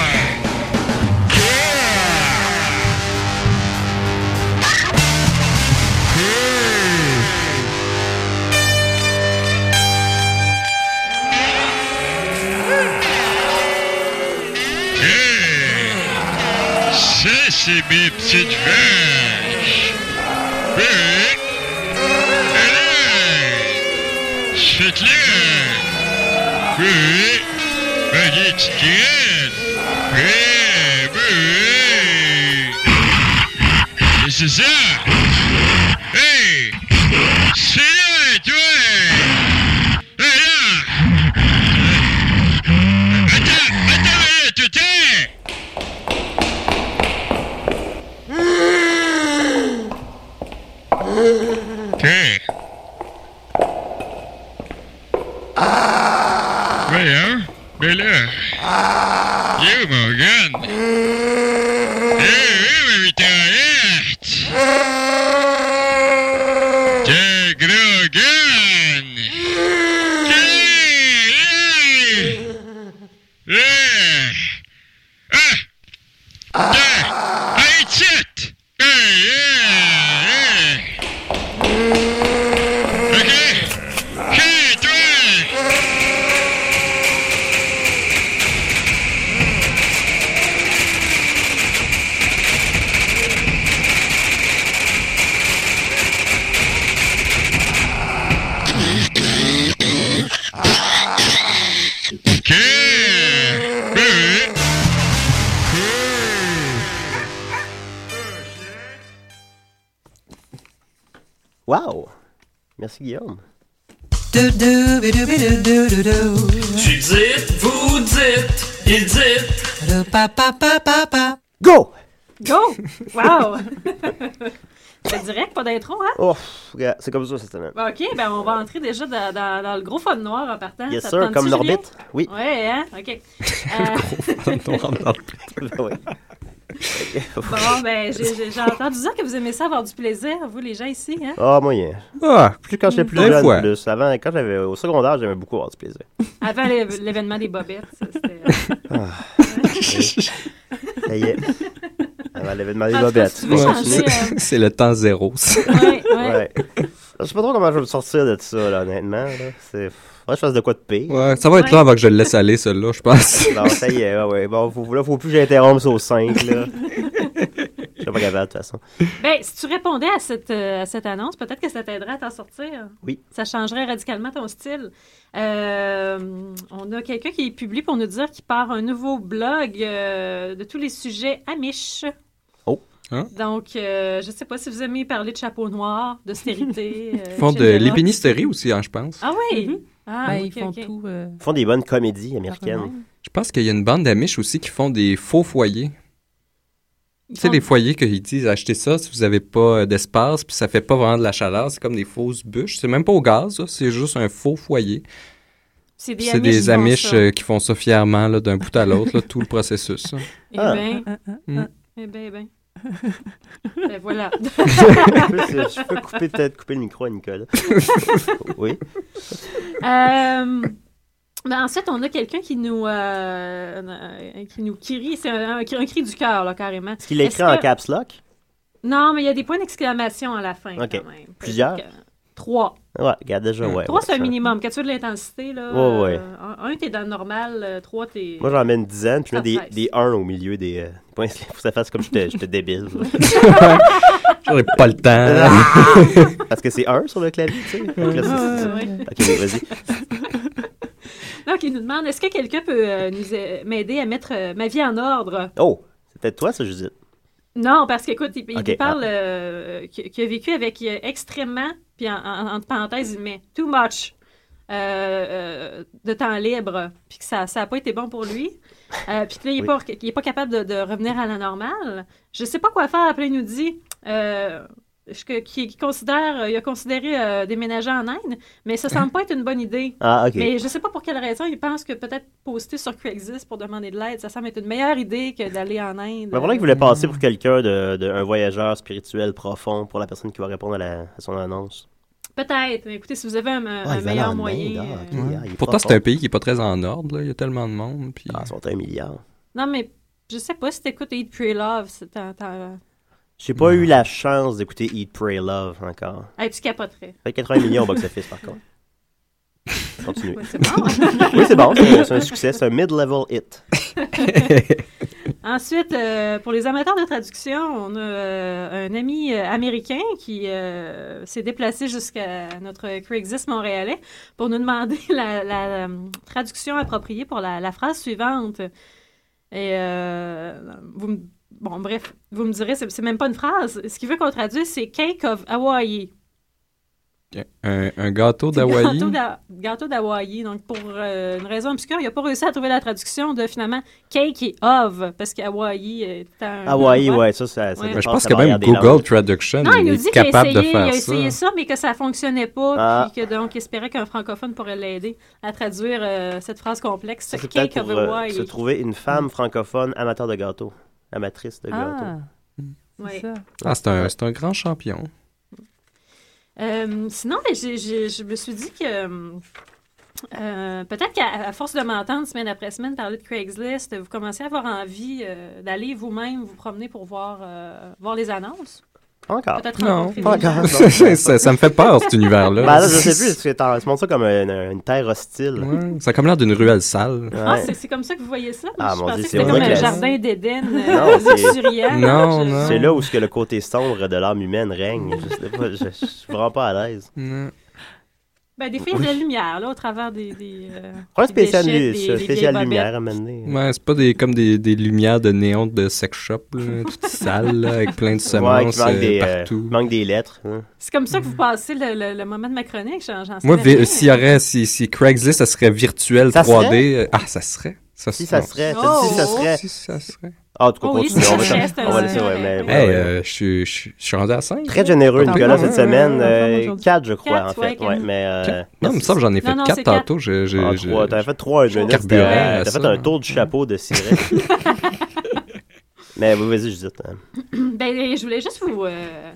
Ça, c'est mes petites vaches. Big, Alain, Chetland. Big, Petite graine. Big, big. Et c'est ça. Hey, c'est là, toi. Hey, là. Attends, attends, là, tout est. Hey. Voyons, mais là, you, Morgan. Eh oui, mais oui, t'arrêtes. T'es gros gun. Hey, hey. Hey. Ah. Ah. Hey, tchit. Hey, hey, hey. Ok. Hey, toi. Ok.
Wow! Merci, Guillaume.
Tu dites, vous dites, il dit.
Go!
Go! Wow! C'est direct, pas d'intro, hein?
Oh, regarde, c'est comme ça cette semaine.
Ben, OK, ben on va entrer déjà dans, dans- dans le gros fun noir en partant.
Yes,
Ah, Ça te
sir,
tente-tu,
comme
Julien?
l'orbite. Oui.
Ouais, hein? OK. Euh,
oui.
bon, ben, j'ai- j'ai j'ai entendu dire que vous aimez ça avoir du plaisir, vous, les gens ici, hein?
Ah, moyen.
Ah,
Plus quand j'étais plus
Des
jeune,
fois.
plus. Avant, quand j'avais au secondaire, j'aimais beaucoup avoir du plaisir.
Avant l'é- l'événement des bobettes, ça, c'était...
Ça y est. Avant l'événement des
Ah, c'est
bobettes.
parce que tu veux
On
changer.
continue.
euh,
c'est le temps zéro. ça.
Ouais, ouais.
Ouais. Je sais pas trop comment je vais me sortir de ça, là, honnêtement. Là. C'est... Faudrait que je fasse de quoi de pire.
Ouais, ça va être là avant que je le laisse aller, celui-là, je pense.
Non, ça y est, ouais, ouais. Bon, faut, là, faut plus que j'interrompe ça au 5, là. Je suis pas capable, de toute façon.
Ben, si tu répondais à cette, euh, à cette annonce, peut-être que ça t'aiderait à t'en sortir.
Oui.
Ça changerait radicalement ton style. Euh, on a quelqu'un qui publie pour nous dire qu'il part un nouveau blog euh, de tous les sujets Amish.
Oh.
Hein?
Donc, euh, je sais pas si vous aimez parler de chapeau noir, d'austérité. euh,
Ils font de
etc.
l'épinisterie aussi, hein, je pense.
Ah oui! Ah,
Ben,
ok,
ils font
ok.
tout. euh,
Ils font des bonnes comédies
par
américaines.
eux-mêmes.
Je pense qu'il y a une bande d'Amish aussi qui font des faux foyers.
Ils
Tu sais,
font-
les foyers qu'ils disent achetez ça si vous n'avez pas euh, d'espace, puis ça fait pas vraiment de la chaleur, c'est comme des fausses bûches. C'est même pas au gaz, ça, c'est juste un faux foyer.
C'est
Puis
des
C'est
Amish. qui font
des Amish
ça.
euh, qui font ça fièrement, là, d'un bout à l'autre, là, tout le processus. hein.
Eh
Ah.
ben,
Ah, ah,
Hmm.
eh ben, eh ben. ben voilà. Ah,
je, peux, je peux couper peut-être couper le micro à Nicolas. oui.
Euh, ben ensuite, on a quelqu'un qui nous euh, euh, qui nous crie. C'est un, un- un cri du cœur, là, carrément.
Est-ce qu'il l'a écrit
Est-ce
en
que-
caps lock?
Non, mais il y a des points d'exclamation à la fin,
Ok.
quand même.
Plusieurs?
Fait que, euh, Trois.
Ouais, regarde déjà, ouais.
trois,
ouais,
c'est un
ça.
minimum. Quand tu veux de l'intensité, là,
Ouais, ouais.
euh, un- un, t'es dans le normal. euh, Trois, t'es...
Moi, j'en mets une dizaine, puis je mets
Ça
des,
presse.
des 1 au milieu des euh, des points pour que ça fasse comme j'étais j'étais débile.
J'aurais pas le temps.
Parce que c'est 1 sur le clavier, tu sais. Fait que là, c'est-
Ah. Ouais.
c'est- Ok, vas-y.
Donc, il nous demande, est-ce que quelqu'un peut euh, nous a- m'aider à mettre euh, ma vie en ordre?
Oh, c'est peut-être toi, ça, Judith.
Non, parce qu'écoute, il, il
Ok, ah.
nous parle euh, qui qui a vécu avec euh, extrêmement, puis en, en- entre parenthèses, il met too much euh, euh, de temps libre, puis que ça n'a pas été bon pour lui. Euh, puis que là, il n'est
Oui.
pas, il est pas capable de, de revenir à la normale. Je sais pas quoi faire. Après, il nous dit euh, je- que- qu'il considère, il a considéré euh, déménager en Inde, mais ça semble pas être une bonne idée.
Ah, ok.
Mais je sais pas pour quelle raison, il pense que peut-être poster sur Craigslist pour demander de l'aide, ça semble être une meilleure idée que d'aller en Inde.
Mais Ben, voilà qu'il voulait passer pour quelqu'un de, de- un voyageur spirituel profond pour la personne qui va répondre à, la- à son annonce.
Peut-être, mais écoutez, si vous avez un, un
Ah, il va aller
meilleur
en
moyen.
Inde, ah, ok,
euh,
ah, il est
Pourtant,
profond.
c'est un pays qui est pas très en ordre, là. Il y a tellement de monde. Puis...
Ah, ils sont un milliard.
Non, mais je sais pas si t'écoutes Eat, Pray, Love. c'est un- t'en-
J'ai pas eu la chance d'écouter Eat, Pray, Love encore.
Hey, tu capoterais.
Ça fait 80 millions au box-office, par contre. Continuez.
Ouais, c'est bon.
Oui, c'est bon, c'est c'est un succès, c'est un mid-level hit.
Ensuite, euh, pour les amateurs de traduction, on a euh, un ami euh, américain qui euh, s'est déplacé jusqu'à notre Craigslist montréalais pour nous demander la, la, euh, traduction appropriée pour la, la phrase suivante. Et euh, vous me- bon, bref, vous me direz, c'est c'est même pas une phrase. Ce qu'il veut qu'on traduise, c'est Cake of Hawaii.
Un, un gâteau
C'est
d'Hawaï.
gâteau d'Ha- Gâteau d'Hawaï. Donc, pour euh, une raison obscure, il n'a pas réussi à trouver la traduction de finalement cake et of, parce qu'Hawaï est un.
Hawaii,
endroit.
Ah ouais, ça, ça, Ah, ça
Ah, Ouais.
Mais Ben, je
dépasse la
pense que même
barrière des langues.
Google Traduction
Non, il nous dit
est
qu'il a
capable
essayé,
de
il a
faire
essayé
ça.
ça, mais que ça fonctionnait pas,
Ah.
puis que donc il espérait qu'un francophone pourrait l'aider à traduire euh, cette phrase complexe,
Ça, c'est
cake
peut-être
of
pour euh,
Hawaii.
se trouver une
Mm.
femme francophone amateur de gâteaux, amatrice de gâteaux.
Ah, c'est
Ouais.
ça.
Ah, c'est un, c'est un grand champion.
Euh, sinon, ben, j'ai- j'ai- je me suis dit que euh, euh, peut-être qu'à à force de m'entendre semaine après semaine parler de Craigslist, vous commencez à avoir envie euh, d'aller vous-même vous promener pour voir, euh, voir les annonces.
Encore.
Peut-être
Ah, Non,
rencontrer
pas
des gens.
encore.
ça, ça me fait peur, cet univers-là.
Ben là, je sais plus, parce que t'en- tu montres ça comme une, une terre hostile.
Ouais, ça a comme l'air d'une ruelle sale.
Ouais.
Ah, c'est- c'est comme ça que vous voyez ça?
Ah,
je
mon
pensais
Dieu,
que
c'est
c'était comme
horrible.
un jardin d'Éden
Non,
euh,
c'est-
luxuriant.
Non,
Je-
non.
C'est là où ce que le côté sombre de l'âme humaine règne. Je sais pas, je, je suis vraiment pas à l'aise.
Non.
Ben, des fois, il y a de la lumière, là, au travers des. des euh,
Prends un
des
spécial,
déchets,
lu-
des-
ce
des
spécial
vieilles
lumière à mener.
Ouais, c'est pas des, comme des, des lumières de néon de sex shop, là, toutes sales, là, avec plein
Ouais,
de semences
qui manque
euh,
des, euh,
partout.
manque des lettres. hein.
bobettes. C'est comme ça que vous passez le, le- le moment de ma chronique, j'en j'en sais
Moi,
rien.
vi- s'il y aurait, si, si Craigslist, ça serait virtuel
Ça
3D. euh, Ah, ça serait. Ça
Si
serait-
ça serait,
Oh!
ça- si ça serait.
Si ça serait.
Ah, en tout cas,
Oh oui,
continue,
si
on va-
ça reste,
on va
euh,
laisser, ouais, mais-
ouais.
ouais,
Hey,
ouais.
euh, je suis- je suis je suis rendu à 5.
Très généreux,
Tant
Nicolas,
mieux.
cette semaine.
Ouais, ouais, ouais,
euh,
aujourd'hui.
Quatre, je crois,
Quatre,
en
ouais,
fait. Ouais,
quatre.
mais. euh,
Non, il me semble que j'en ai fait
Non, non,
4
c'est quatre.
tantôt. Je, je,
ah,
je-
trois. T'avais fait trois une minute.
Carburant,
T'as t'as
ça.
fait un tour du chapeau de Cyril. Mais oui, vas-y, Judith. hein.
Ben, je voulais juste vous, euh,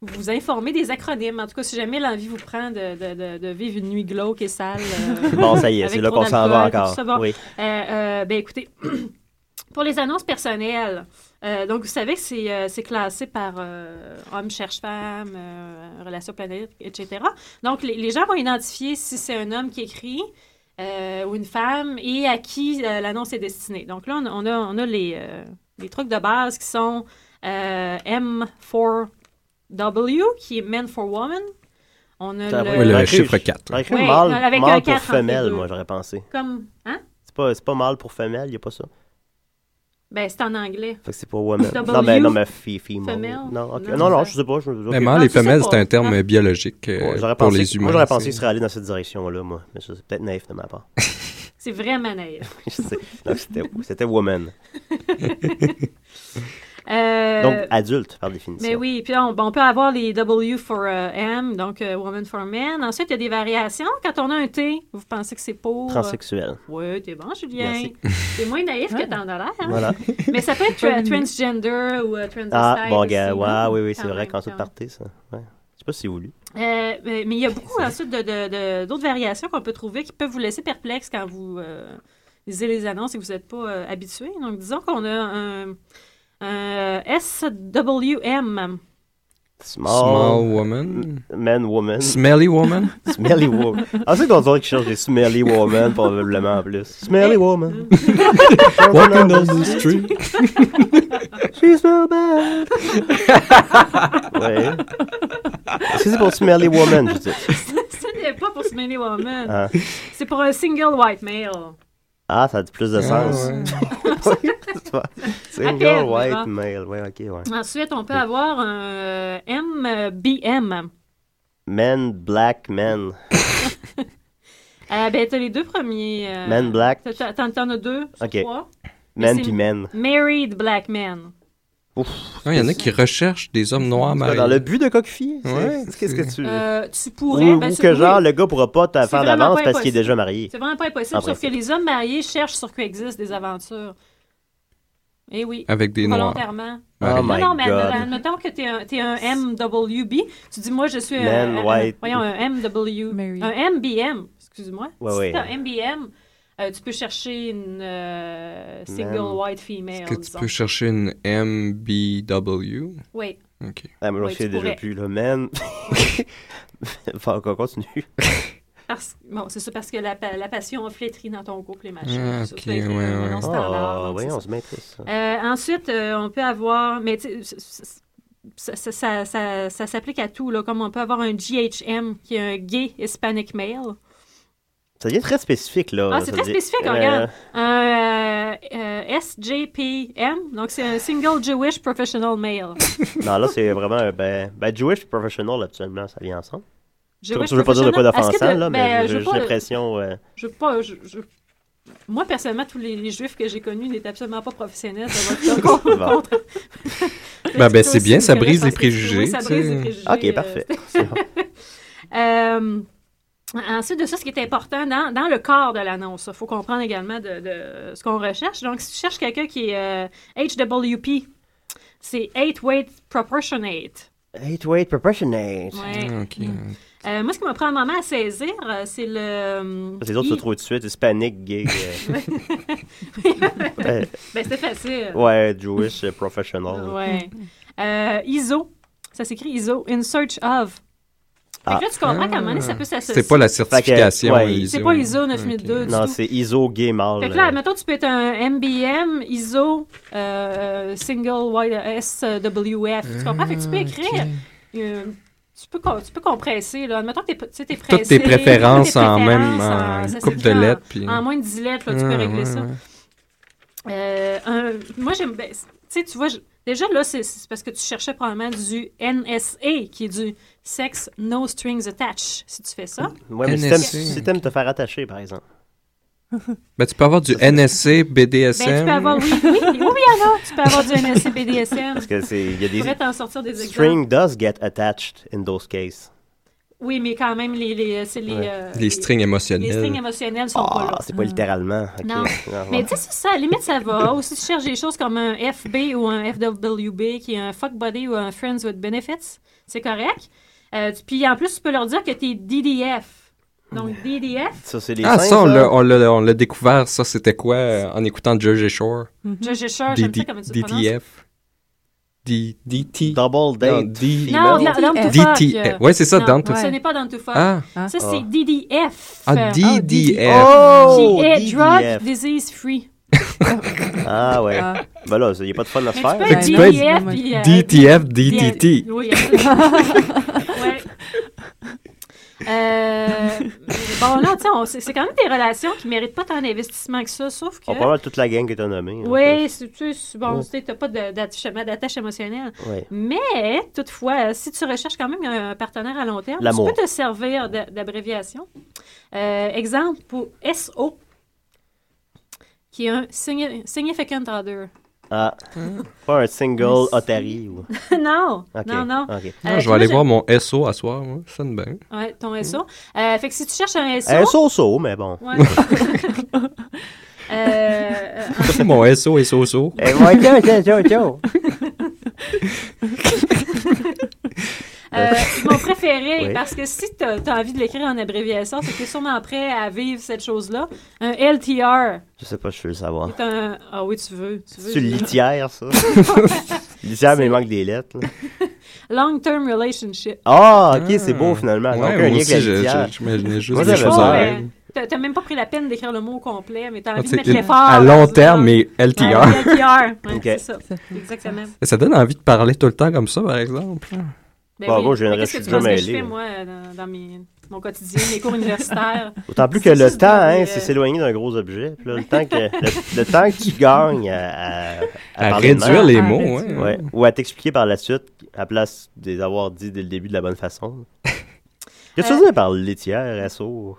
vous informer des acronymes. En tout cas, si jamais l'envie vous prend de, de- de- de vivre une nuit glauque et sale. euh,
Bon, ça y est,
Avec
c'est là
trop
qu'on s'en va
d'alcool, tout ça,
encore.
bon.
Oui.
Euh, euh, ben écoutez, pour les annonces personnelles, euh, donc vous savez que c'est euh, c'est classé par euh, homme cherche femme, euh, relation planète, etc. Donc les, les gens vont identifier si c'est un homme qui écrit euh, ou une femme et à qui euh, l'annonce est destinée. Donc là, on, on a, on a les, euh, les trucs de base qui sont euh, M4W, qui est Men for Woman. On a
T'as
le-
pas-
Oui, le
J'aurais cru-
chiffre quatre.
J'aurais cru
Ouais,
mâle,
avec
mâle
un
pour
quatre entre les
femelle,
deux.
moi, j'aurais pensé.
comme... Hein?
C'est pas, c'est pas mâle pour femelle, y a pas ça.
Ben, c'est en anglais.
Fait que c'est pas woman.
W.
Non, mais, non, mais fi- female.
Female.
Non, ok.
Non,
non, non,
ça-
je sais pas. Je, ok.
Mais mâle
Non,
et
tu sais
femelle,
pas.
c'est un terme
Ah.
biologique euh,
Ouais, j'aurais
pour
pensé-
les humains.
Moi, j'aurais
c'est-
pensé qu'il serait allé dans cette direction-là, moi. Mais ça, c'est peut-être naïf de ma part.
C'est vraiment naïf.
Je sais. Non, c'était- c'était woman.
Euh,
Donc, adulte, par définition.
mais oui, puis on, bon, on peut avoir les W for euh, M, donc euh, Woman for Men. Ensuite, il y a des variations. Quand on a un T, vous pensez que c'est pour... euh,
Transsexuel.
Ouais, t'es bon, Julien.
Merci.
T'es moins naïf que t'en as l'air. hein.
Voilà.
Mais ça peut être euh, transgender ou euh, transvestite.
Ah, bon,
aussi,
gars,
hein. là.
ouais, oui, oui, c'est
Quand
vrai
même,
qu'en toute
quand
partie, ça. Ouais. Je sais pas si c'est voulu.
Euh, mais mais il y a beaucoup ensuite de- de- de- d'autres variations qu'on peut trouver qui peuvent vous laisser perplexe quand vous euh, lisez les annonces et que vous n'êtes pas euh, habitué. Donc, disons qu'on a un, euh, un SWM.
Small
Small.
woman?
Man, woman.
Smelly woman?
Smelly woman. Ah, c'est qu'on dirait qu'ils cherchent des smelly woman, probablement, en plus.
Eh.
Smelly woman.
Walking down the street?
She's so bad. ouais. Est-ce que c'est pour smelly woman, je dis?
Ce n'est pas pour Smelly Woman.
Ah.
C'est pour un single white male.
Ah, ça a plus de sens.
Ah, ouais.
À
Single
peine,
white
hein.
male. Ouais, ok, ouais.
Ensuite, on peut avoir un euh, MBM.
Men, black men.
Euh, ben, t'as les deux premiers. euh,
Men black.
t'as- t'as- T'en t'en as deux sur
Ok.
trois.
Men
c'est-
pis men.
Married black men.
Ouf.
Non, il y en a qui recherchent des hommes noirs
C'est
mariés.
Dans le but de coquefille? c'est-
ben, Ouais,
c'est- Qu'est-ce que tu.
Euh, tu
Ou,
pourrais.
Mm. ou
ben, c'est-
que
oui.
genre, le Ah, gars pourra pas te
C'est
faire
vraiment
d'avance
pas
parce qu'il est
impossible.
déjà marié.
C'est vraiment pas impossible,
En
sauf que
principe.
les hommes mariés cherchent sur Craigslist des aventures. Eh oui.
Avec des noirs.
Volontairement.
Ah,
mariés.
my
non, non, mais
God.
admettons que t'es un, t'es un MWB. Tu dis, moi, je suis un,
Man,
un-
white.
voyons, un MW.
Mary.
Un MBM, excuse-moi.
Ouais,
si
ouais.
t'es un MBM, euh, tu peux chercher une euh, single
Man.
white female.
Est-ce que tu
disons.
peux chercher une MBW?
Oui.
OK.
Ah, mais j'en
Ouais,
sais
tu
déjà
pourrais.
plus, là. Men. Enfin, qu'on continue.
Parce- Bon, c'est ça, parce que la, pa- la passion a flétri dans ton couple et machin.
Ah,
Ça,
ok,
ça a été
ouais,
un
ouais.
long
Oh,
standard, donc
Ah,
c'est
voyons,
ça.
on se maîtrise. ça.
Euh, ensuite, euh, on peut avoir, mais tu sais, c- c- ça, ça- ça- ça- ça s'applique à tout, là, comme on peut avoir un GHM, qui est un gay Hispanic male,
Ça devient très spécifique, là.
Ah, c'est
ça
très
devient-
spécifique,
Euh,
regarde. un euh, euh, SJPM, donc c'est un single Jewish professional male.
Non, là, c'est vraiment. euh, Ben, ben, Jewish Professional, actuellement, ça vient ensemble. Je
Jewish
je veux pas dire de quoi
professional. Est-ce que
d'offensant,
de-
là,
ben,
mais
je
j'ai
veux
j'ai
pas-
l'impression. euh,
je veux pas- je- je- Moi, personnellement, tous les, les juifs que j'ai connus n'étaient absolument pas professionnels. Ça va être
Bon.
contre-
Ben, ben, c'est bien, ça
correct,
brise
parce
les
que- oui,
préjugés,
ça
tu
brise
sais.
les préjugés.
Ok,
euh,
parfait.
Euh, ensuite de ça, ce qui est important dans, dans le corps de l'annonce, il faut comprendre également de, de ce qu'on recherche. Donc, si tu cherches quelqu'un qui est euh, HWP, c'est Eight Weight Proportionate.
Eight weight proportionate.
Ouais.
Ah, OK.
Euh, moi, ce qui m'a pris un moment à saisir, euh, c'est le.
Les autres se
I-
trouvent tout de suite. Hispanic, gay. euh, euh,
Ben, c'était facile.
ouais, Jewish euh, Professional.
Ouais. Euh, ISO. Ça s'écrit ISO. In search of. Fait
Ah.
que là, tu comprends qu'à un
Ah.
moment donné, ça peut s'associer.
C'est pas la certification.
ouais,
ISO.
C'est pas ISO 9002
Ok.
du
Non,
tout.
c'est ISO gay mâle.
Fait que là,
euh,
mettons, tu peux être un MBM, ISO, euh, single wide SWF. Tu comprends? Fait que tu
Ah,
peux écrire. euh, tu peux, co- tu peux compresser, là. Admettons que t'es, tu sais, t'es pressé,
Toutes tes préférences en même
en-
en
ça
coupe de
s'écrit en-
lettres. puis-
En moins de 10 lettres, là, tu peux
Ah,
régler
ouais,
ça.
ouais.
Euh, un- moi, j'aime. ben, c- tu sais, tu vois, je- déjà là, c'est, c'est parce que tu cherchais probablement du NSA, qui est du Sex No Strings Attached, si tu fais ça.
Ouais, mais si t'aimes-
NSC,
si
ok.
t'aimes te faire attacher, par exemple.
Ben, tu peux avoir du NSC, BDSM.
Ben, tu peux avoir. Oui, oui, oui, oui, il y en a. Tu peux avoir du NSA, BDSM.
Parce que c'est. Il y a
Tu pourrais
des.
t'en sortir des exemples.
String does get attached in those cases.
Oui, mais quand même, les, les, c'est les,
Ouais.
euh,
Les strings émotionnels.
les strings émotionnels sont pas
Ah,
là.
c'est pas littéralement. ok.
Non.
Ah,
Mais
ouais.
tu sais, c'est ça, à la limite, ça va. Ou si tu cherches des choses comme un FB ou un FWB, qui est un fuck buddy ou un friends with benefits, c'est correct. Euh, tu- puis en plus, tu peux leur dire que t'es DDF. Donc, DDF,
Ça, c'est hein. les
Ah,
seins,
ça, on l'a- on l'a on l'a découvert, ça, c'était quoi euh, en écoutant Jersey Shore?
je, je cherche, Ah, j'aime ça
DD,
comme tu le prononces.
DTF? D- DT?
Double date.
Non, D-
Non,
female.
la- l'homme to fuck.
DTF. Ouais, c'est ça,
Non,
Dante.
Ce
Ouais.
n'est pas dans to fuck.
Ah,
Ça, c'est
Ah.
DDF.
ah, DDF.
Oh!
Qui est eh, Drug
DDF.
Disease Free.
Ah ouais.
Ah.
Ben là, il n'y a pas de fun à se
Mais tu
faire.
peux être
tu
Ben,
peux être
DDF puis, euh,
DTF,
Bien-
DTT.
Oui, absolument. Ouais. Euh, bon, là, tu sais, on- c'est c'est quand même des relations qui méritent pas tant d'investissement que ça, sauf que.
On parle de toute la gang que t'as nommée. hein. en
Oui, c'est- tu sais, c'est- bon,
Ouais.
tu sais, t'as pas de- d'attachement d'attache émotionnelle.
plus. Ouais.
Mais, toutefois, euh, si tu recherches quand même un partenaire à long terme, tu
L'amour.
peux te servir d'a- d'abréviation. Euh, exemple pour SO, qui est un signi- Significant Other.
Ah. Pas un single Otari ou.
non,
Ok.
non, non.
Ok.
Euh,
Ah, je vais aller
moi,
voir mon SO à soir, moi. Ça sonne bien.
j'ai- Ouais, ton SO. Euh, fait que si tu cherches un SO.
Un Eh, so-so, mais bon.
Ouais. Euh,
mon SO et SO-SO.
Eh, ouais, tiens, tiens, tiens, tiens.
Euh, mon préféré,
Oui.
parce que si tu as, envie de l'écrire en abréviation, c'est que tu es sûrement prêt à vivre cette chose-là. Un LTR
Je sais pas, je veux le savoir.
est un. Ah oui, tu veux. Tu veux
C'est une
je-
litière, ça. litière, mais il manque des lettres. là.
Long Term Relationship.
Ah, ok, c'est beau finalement. Donc, un
Ouais,
lien
moi
avec la
aussi, je-
litière.
je- j'imaginais juste
Moi,
des
j'avais
choses
pas,
à
ouais.
rêve.
T'as t'as même pas pris la peine d'écrire le mot au complet, mais t'as envie de
C'est
mettre
une-
l'effort.
Ah,
à long terme, mais
Ouais,
LTR.
LTR. Ouais,
Ok.
C'est ça. Exactement.
Ah, Ça donne envie de parler tout le temps comme ça, par exemple.
Ben
Bah,
oui.
moi, j'ai une
Mais Qu'est-ce que
rechute
tu penses que je
mêlée.
fais, moi, euh, dans, dans mes- mon quotidien, mes cours universitaires?
Autant plus que
C'est
le
juste
temps,
dans
hein,
les-
c'est s'éloigner d'un gros objet. Puis là, le, temps que, le, le temps que tu gagnes à, à, à
À
parler de
réduire
merde,
les
Ah,
mots,
réduire.
ouais.
ouais, ou à t'expliquer par la suite, à place de les avoir dit dès le début de la bonne façon. Qu'est-ce que tu veux par litière, SO?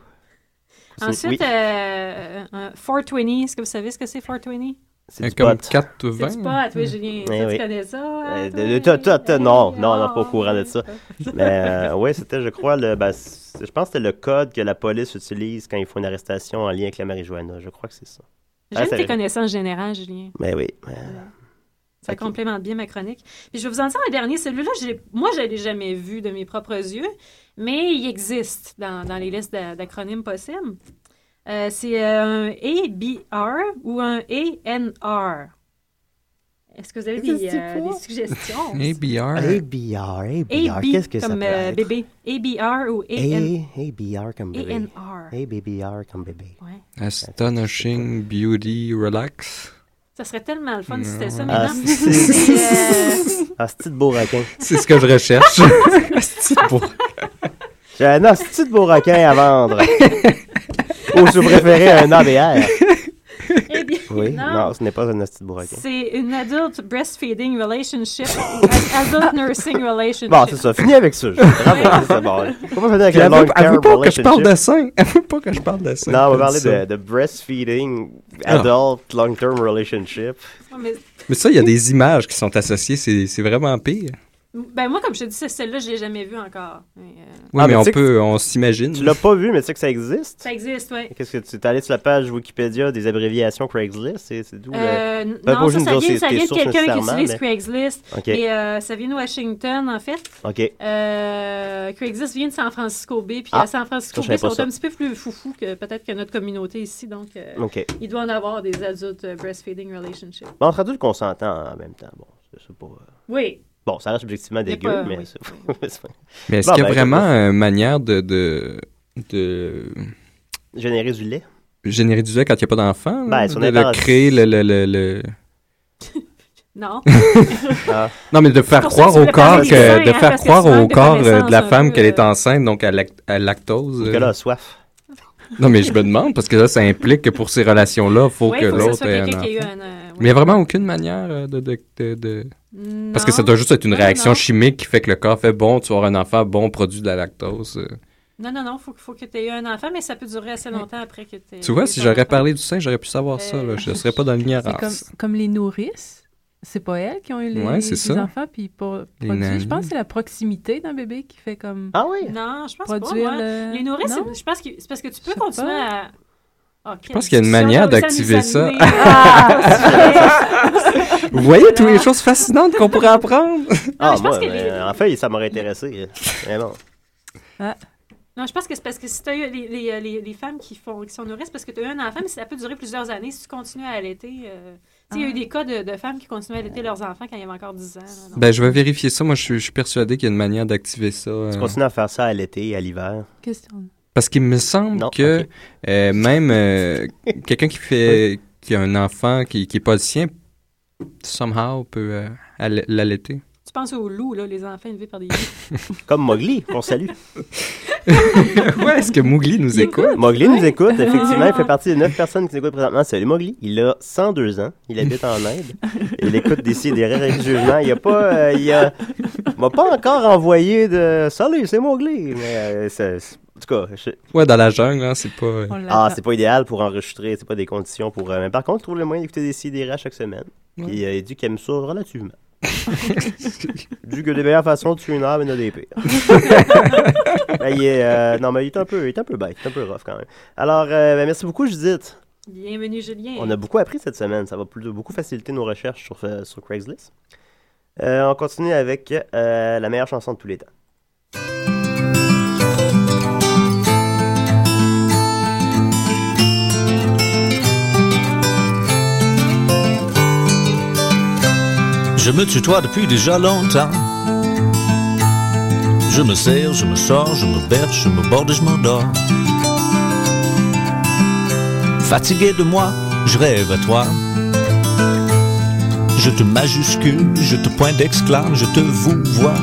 C'est-
Ensuite,
oui,
euh, un 420, est-ce que vous savez ce que c'est 420?
c'est du
Comme
pot.
4-20.
C'est pas, toi, Julien.
Eh
Toi,
oui.
Tu connais ça? hein,
Euh,
toi?
de- de- toi- toi- toi, non,
Eh,
non, non,
ah,
pas au courant de ça.
ouais.
Mais euh, ouais, c'était, je crois, le, ben, c'est- je pense que c'était le code que la police utilise quand ils font une arrestation en lien avec la marijuana. Je crois que c'est ça. Ah,
J'aime
c'est
tes
vrai.
connaissances générales, Julien.
Mais oui. euh,
Ça
Ok.
complémente bien ma chronique. Puis je vais vous en dire un dernier. Celui-là, je l'ai- moi, je ne l'ai jamais vu de mes propres yeux, mais il existe dans, dans les listes d'a- d'acronymes possibles. Euh, c'est euh, un ABR ou un ANR. Est-ce que vous avez des, euh, des suggestions?
ABR.
ABR,
AB
ABR, qu'est-ce que ça
comme
peut
euh,
être?
bébé. ABR ou AN-
A- ABR comme bébé.
ANR.
ABBR comme bébé.
Ouais.
Astonishing Beauty Relax.
Ça serait tellement le fun si c'était ça, mais
Ah,
non.
c'est
C'est, euh,
un petit de beau requin.
C'est ce que je recherche. C'est pour-
J'ai un asti de beau requin à vendre. Ou si vous préférez un ABR.
ABR.
Oui,
euh, Non.
non, ce n'est pas un asti de beau requin.
C'est une adult breastfeeding relationship ou an adult nursing relationship.
Bon, c'est ça. Fini avec ça. je- Bravo, c'est bon. On va finir avec
Elle
le
veut,
long
elle veut
term
pas que je parle de
relationship.
sein. Elle veut pas que je parle de sein.
Non, on va
Comme
parler
ça.
de, de breastfeeding,
Ah.
adult, long-term relationship.
Ouais, mais-
Mais ça, il y a des images qui sont associées. C'est c'est vraiment pire.
ben moi, comme je te dis, c'est celle-là, je l'ai jamais vue encore. Mais, euh,
Oui,
Ah, mais
mais on
tu sais que-
peut, on s'imagine.
Tu l'as pas vu, mais tu sais que ça existe?
ça existe, oui.
Qu'est-ce que tu es allé sur la page Wikipédia des abréviations Craigslist? C'est c'est d'où le-
Euh, non,
Ben, pas
ça,
obligé de
ça
nous dire
vient,
c'est
ça
tes
vient de
sources
quelqu'un qui
nécessairement,
utilise
mais-
Craigslist.
Ok,
Et euh, ça vient de Washington, en fait.
ok.
Euh, Craigslist vient de San Francisco Bay. Puis
Ah,
à San Francisco
ça, je
Bay, ils
savais pas
sont
ça.
un petit peu plus foufou que peut-être que notre communauté ici. Donc, euh,
OK.
il doit en avoir des adultes euh, breastfeeding relationship.
Bon, entre adultes qu'on s'entend en même temps. Bon, c'est- c'est pas. euh,
Oui.
Bon, ça reste objectivement
y a
dégueu,
pas-
mais
oui.
c'est c'est pas-
Mais est-ce
Bon,
qu'il y a
ben,
vraiment
je
une manière de, de, de
générer du lait.
générer du lait quand il n'y a pas d'enfant? là?
Ben, si on
de,
est
de
dans-
créer le, le, le, le-
Non.
Non, mais de faire
pour ça
croire
que tu
au
voulais
corps
parler
que,
des seins,
de
hein,
faire
parce que
croire
souvent,
au
des
corps euh, de la
connaissances un
femme
peu,
qu'elle est
euh,
enceinte, donc à, lac- à lactose. euh.
Que là, soif.
Non, mais je me demande, parce que là, ça implique que pour ces relations-là, il faut
Ouais,
que
faut que ce
l'autre
soit
ait un
quelqu'un qui a eu
enfant.
un. euh,
Mais il n'y
ouais.
a vraiment aucune manière euh, de... de, de- de- Parce que ça
Non.
doit juste être une
Non,
réaction
non.
chimique qui fait que le corps fait bon, tu vas avoir un enfant, bon produit de la lactose. euh.
Non, non, non, faut, faut que tu aies eu un enfant, mais ça peut durer assez longtemps après que tu
Tu vois, si j'aurais parlé du sein, j'aurais pu savoir ça. là. Je ne serais pas dans
C'est comme,
l'ignorance.
comme les nourrices. C'est pas elles qui ont eu les,
Ouais, c'est
les
ça.
enfants, puis pour
Les
produire. Je
nannies.
pense que c'est la proximité d'un bébé qui fait comme
Ah oui?
Non, je pense
produire
pas. moi.
le-
Les nourrices,
euh, Non?
c'est- je pense que c'est parce que tu peux
Je sais
continuer
pas.
à. Ah, quelle
pense qu'il y a une
discussion,
manière
j'ai réussi à
d'activer
nous
ça.
amener. Ah,
Vous voyez toutes les
Alors-
choses fascinantes qu'on pourrait apprendre?
Ah,
Ah,
je pense
moi,
que
mais,
les-
en fait, ça m'aurait intéressé. hein. mais non.
non, je pense que c'est parce que si tu as eu les, les, euh, les, les femmes qui, font, qui sont nourrices, parce que tu as eu un enfant, mais ça peut durer plusieurs années si tu continues à allaiter. euh, Tu sais, il
Ah.
y a eu des cas de, de femmes qui continuaient à allaiter leurs enfants quand il y avait encore 10 ans. là, donc.
Ben, je vais vérifier ça. Moi, je suis, je suis persuadé qu'il y a une manière d'activer ça. euh,
Tu continues à faire ça à l'été et à l'hiver.
Question.
Parce qu'il me semble
Non,
que
ok.
euh, même euh, quelqu'un qui fait qui a un enfant qui n'est pas le sien, somehow peut euh, alla- l'allaiter.
Tu penses aux loups, là, les enfants élevés par des loups.
Comme Mowgli, qu'on salue.
ouais, est-ce que Mowgli nous écoute?
Mowgli nous écoute, effectivement. Il fait partie des 9 personnes qui nous écoutent présentement. Salut Mowgli. Il a 102 ans. Il habite en Inde. Il écoute d'ici des rires régulièrement. Il a pas. euh, il a- m'a pas encore envoyé de. Salut, c'est Mowgli. Mais, euh, c'est- c'est- en tout cas, je-
Ouais, dans la jungle, hein, c'est pas... euh,
On l'attend.
ah, c'est pas idéal pour enregistrer. C'est pas des conditions pour. euh, mais par contre, trouve le moyen d'écouter des sidérés chaque semaine. Puis euh, il dit qu'il aime ça relativement. Du que des meilleures façons de tuer une arme, il y en a des pires. Ben, il est, euh, non, mais il est un peu, il est un peu bête, il est un peu rough quand même. Alors, euh, ben, merci beaucoup, Judith.
Bienvenue, Julien.
On a beaucoup appris cette semaine. Ça va plus- beaucoup faciliter nos recherches sur, euh, sur Craigslist. Euh, on continue avec euh, la meilleure chanson de tous les temps.
Je me tutoie depuis déjà longtemps. Je me serre, je me sors, je me berce, je me borde et je m'endors. Fatigué de moi, je rêve à toi. Je te majuscule, je te pointe d'exclame, je te vous vois.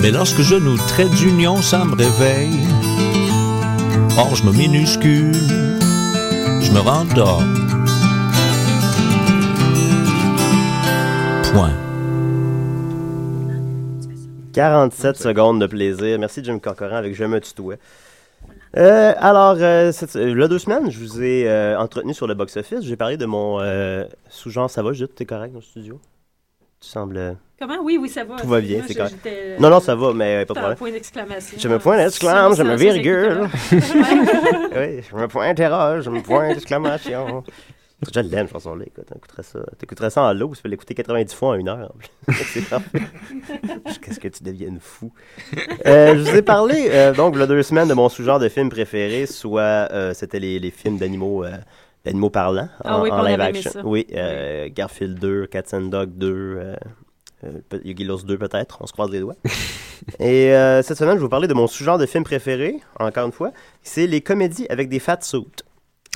Mais lorsque je nous trait d'union, ça me réveille. Or, je me minuscule, je me rendors. Point.
47 secondes de plaisir. Merci Jim Corcoran avec Je me tutoie. Euh, alors, euh, cette, euh, là, deux semaines, je vous ai euh, entretenu sur le box-office. J'ai parlé de mon euh, sous-genre. Ça va, Judith? T'es correct dans le studio? Tu sembles...
Comment? Oui, oui, ça va.
Tout va bien,
Moi,
c'est
je-
correct.
j'étais, euh,
Non, non, ça va, mais euh, pas de
t'as un
problème.
point d'exclamation.
Je me pointe d'exclame, je me
Ça, ça, ça,
virgule.
c'est
Oui, je me pointe interroge, je me pointe d'exclamation. Je l'aime, chanson-là. Écoute, t'écouterais ça. T'écouterais ça en l'eau, tu peux l'écouter 90 fois en une heure. en plus. C'est parfait. Jusqu'à ce que tu deviennes fou. Euh, je vous ai parlé, euh, donc, il y a deux semaines, de mon sous-genre de film préféré, soit euh, c'était les, les films d'animaux. euh, d'animaux parlants en,
Ah oui,
en
puis on
live
avait aimé
action.
ça.
Oui, euh, Garfield 2, Cats and Dog 2, euh, euh, peut- Yogi Lost 2 peut-être, on se croise les doigts. Et euh, cette semaine, je vais vous parler de mon sous-genre de film préféré, encore une fois, c'est les comédies avec des fat suits.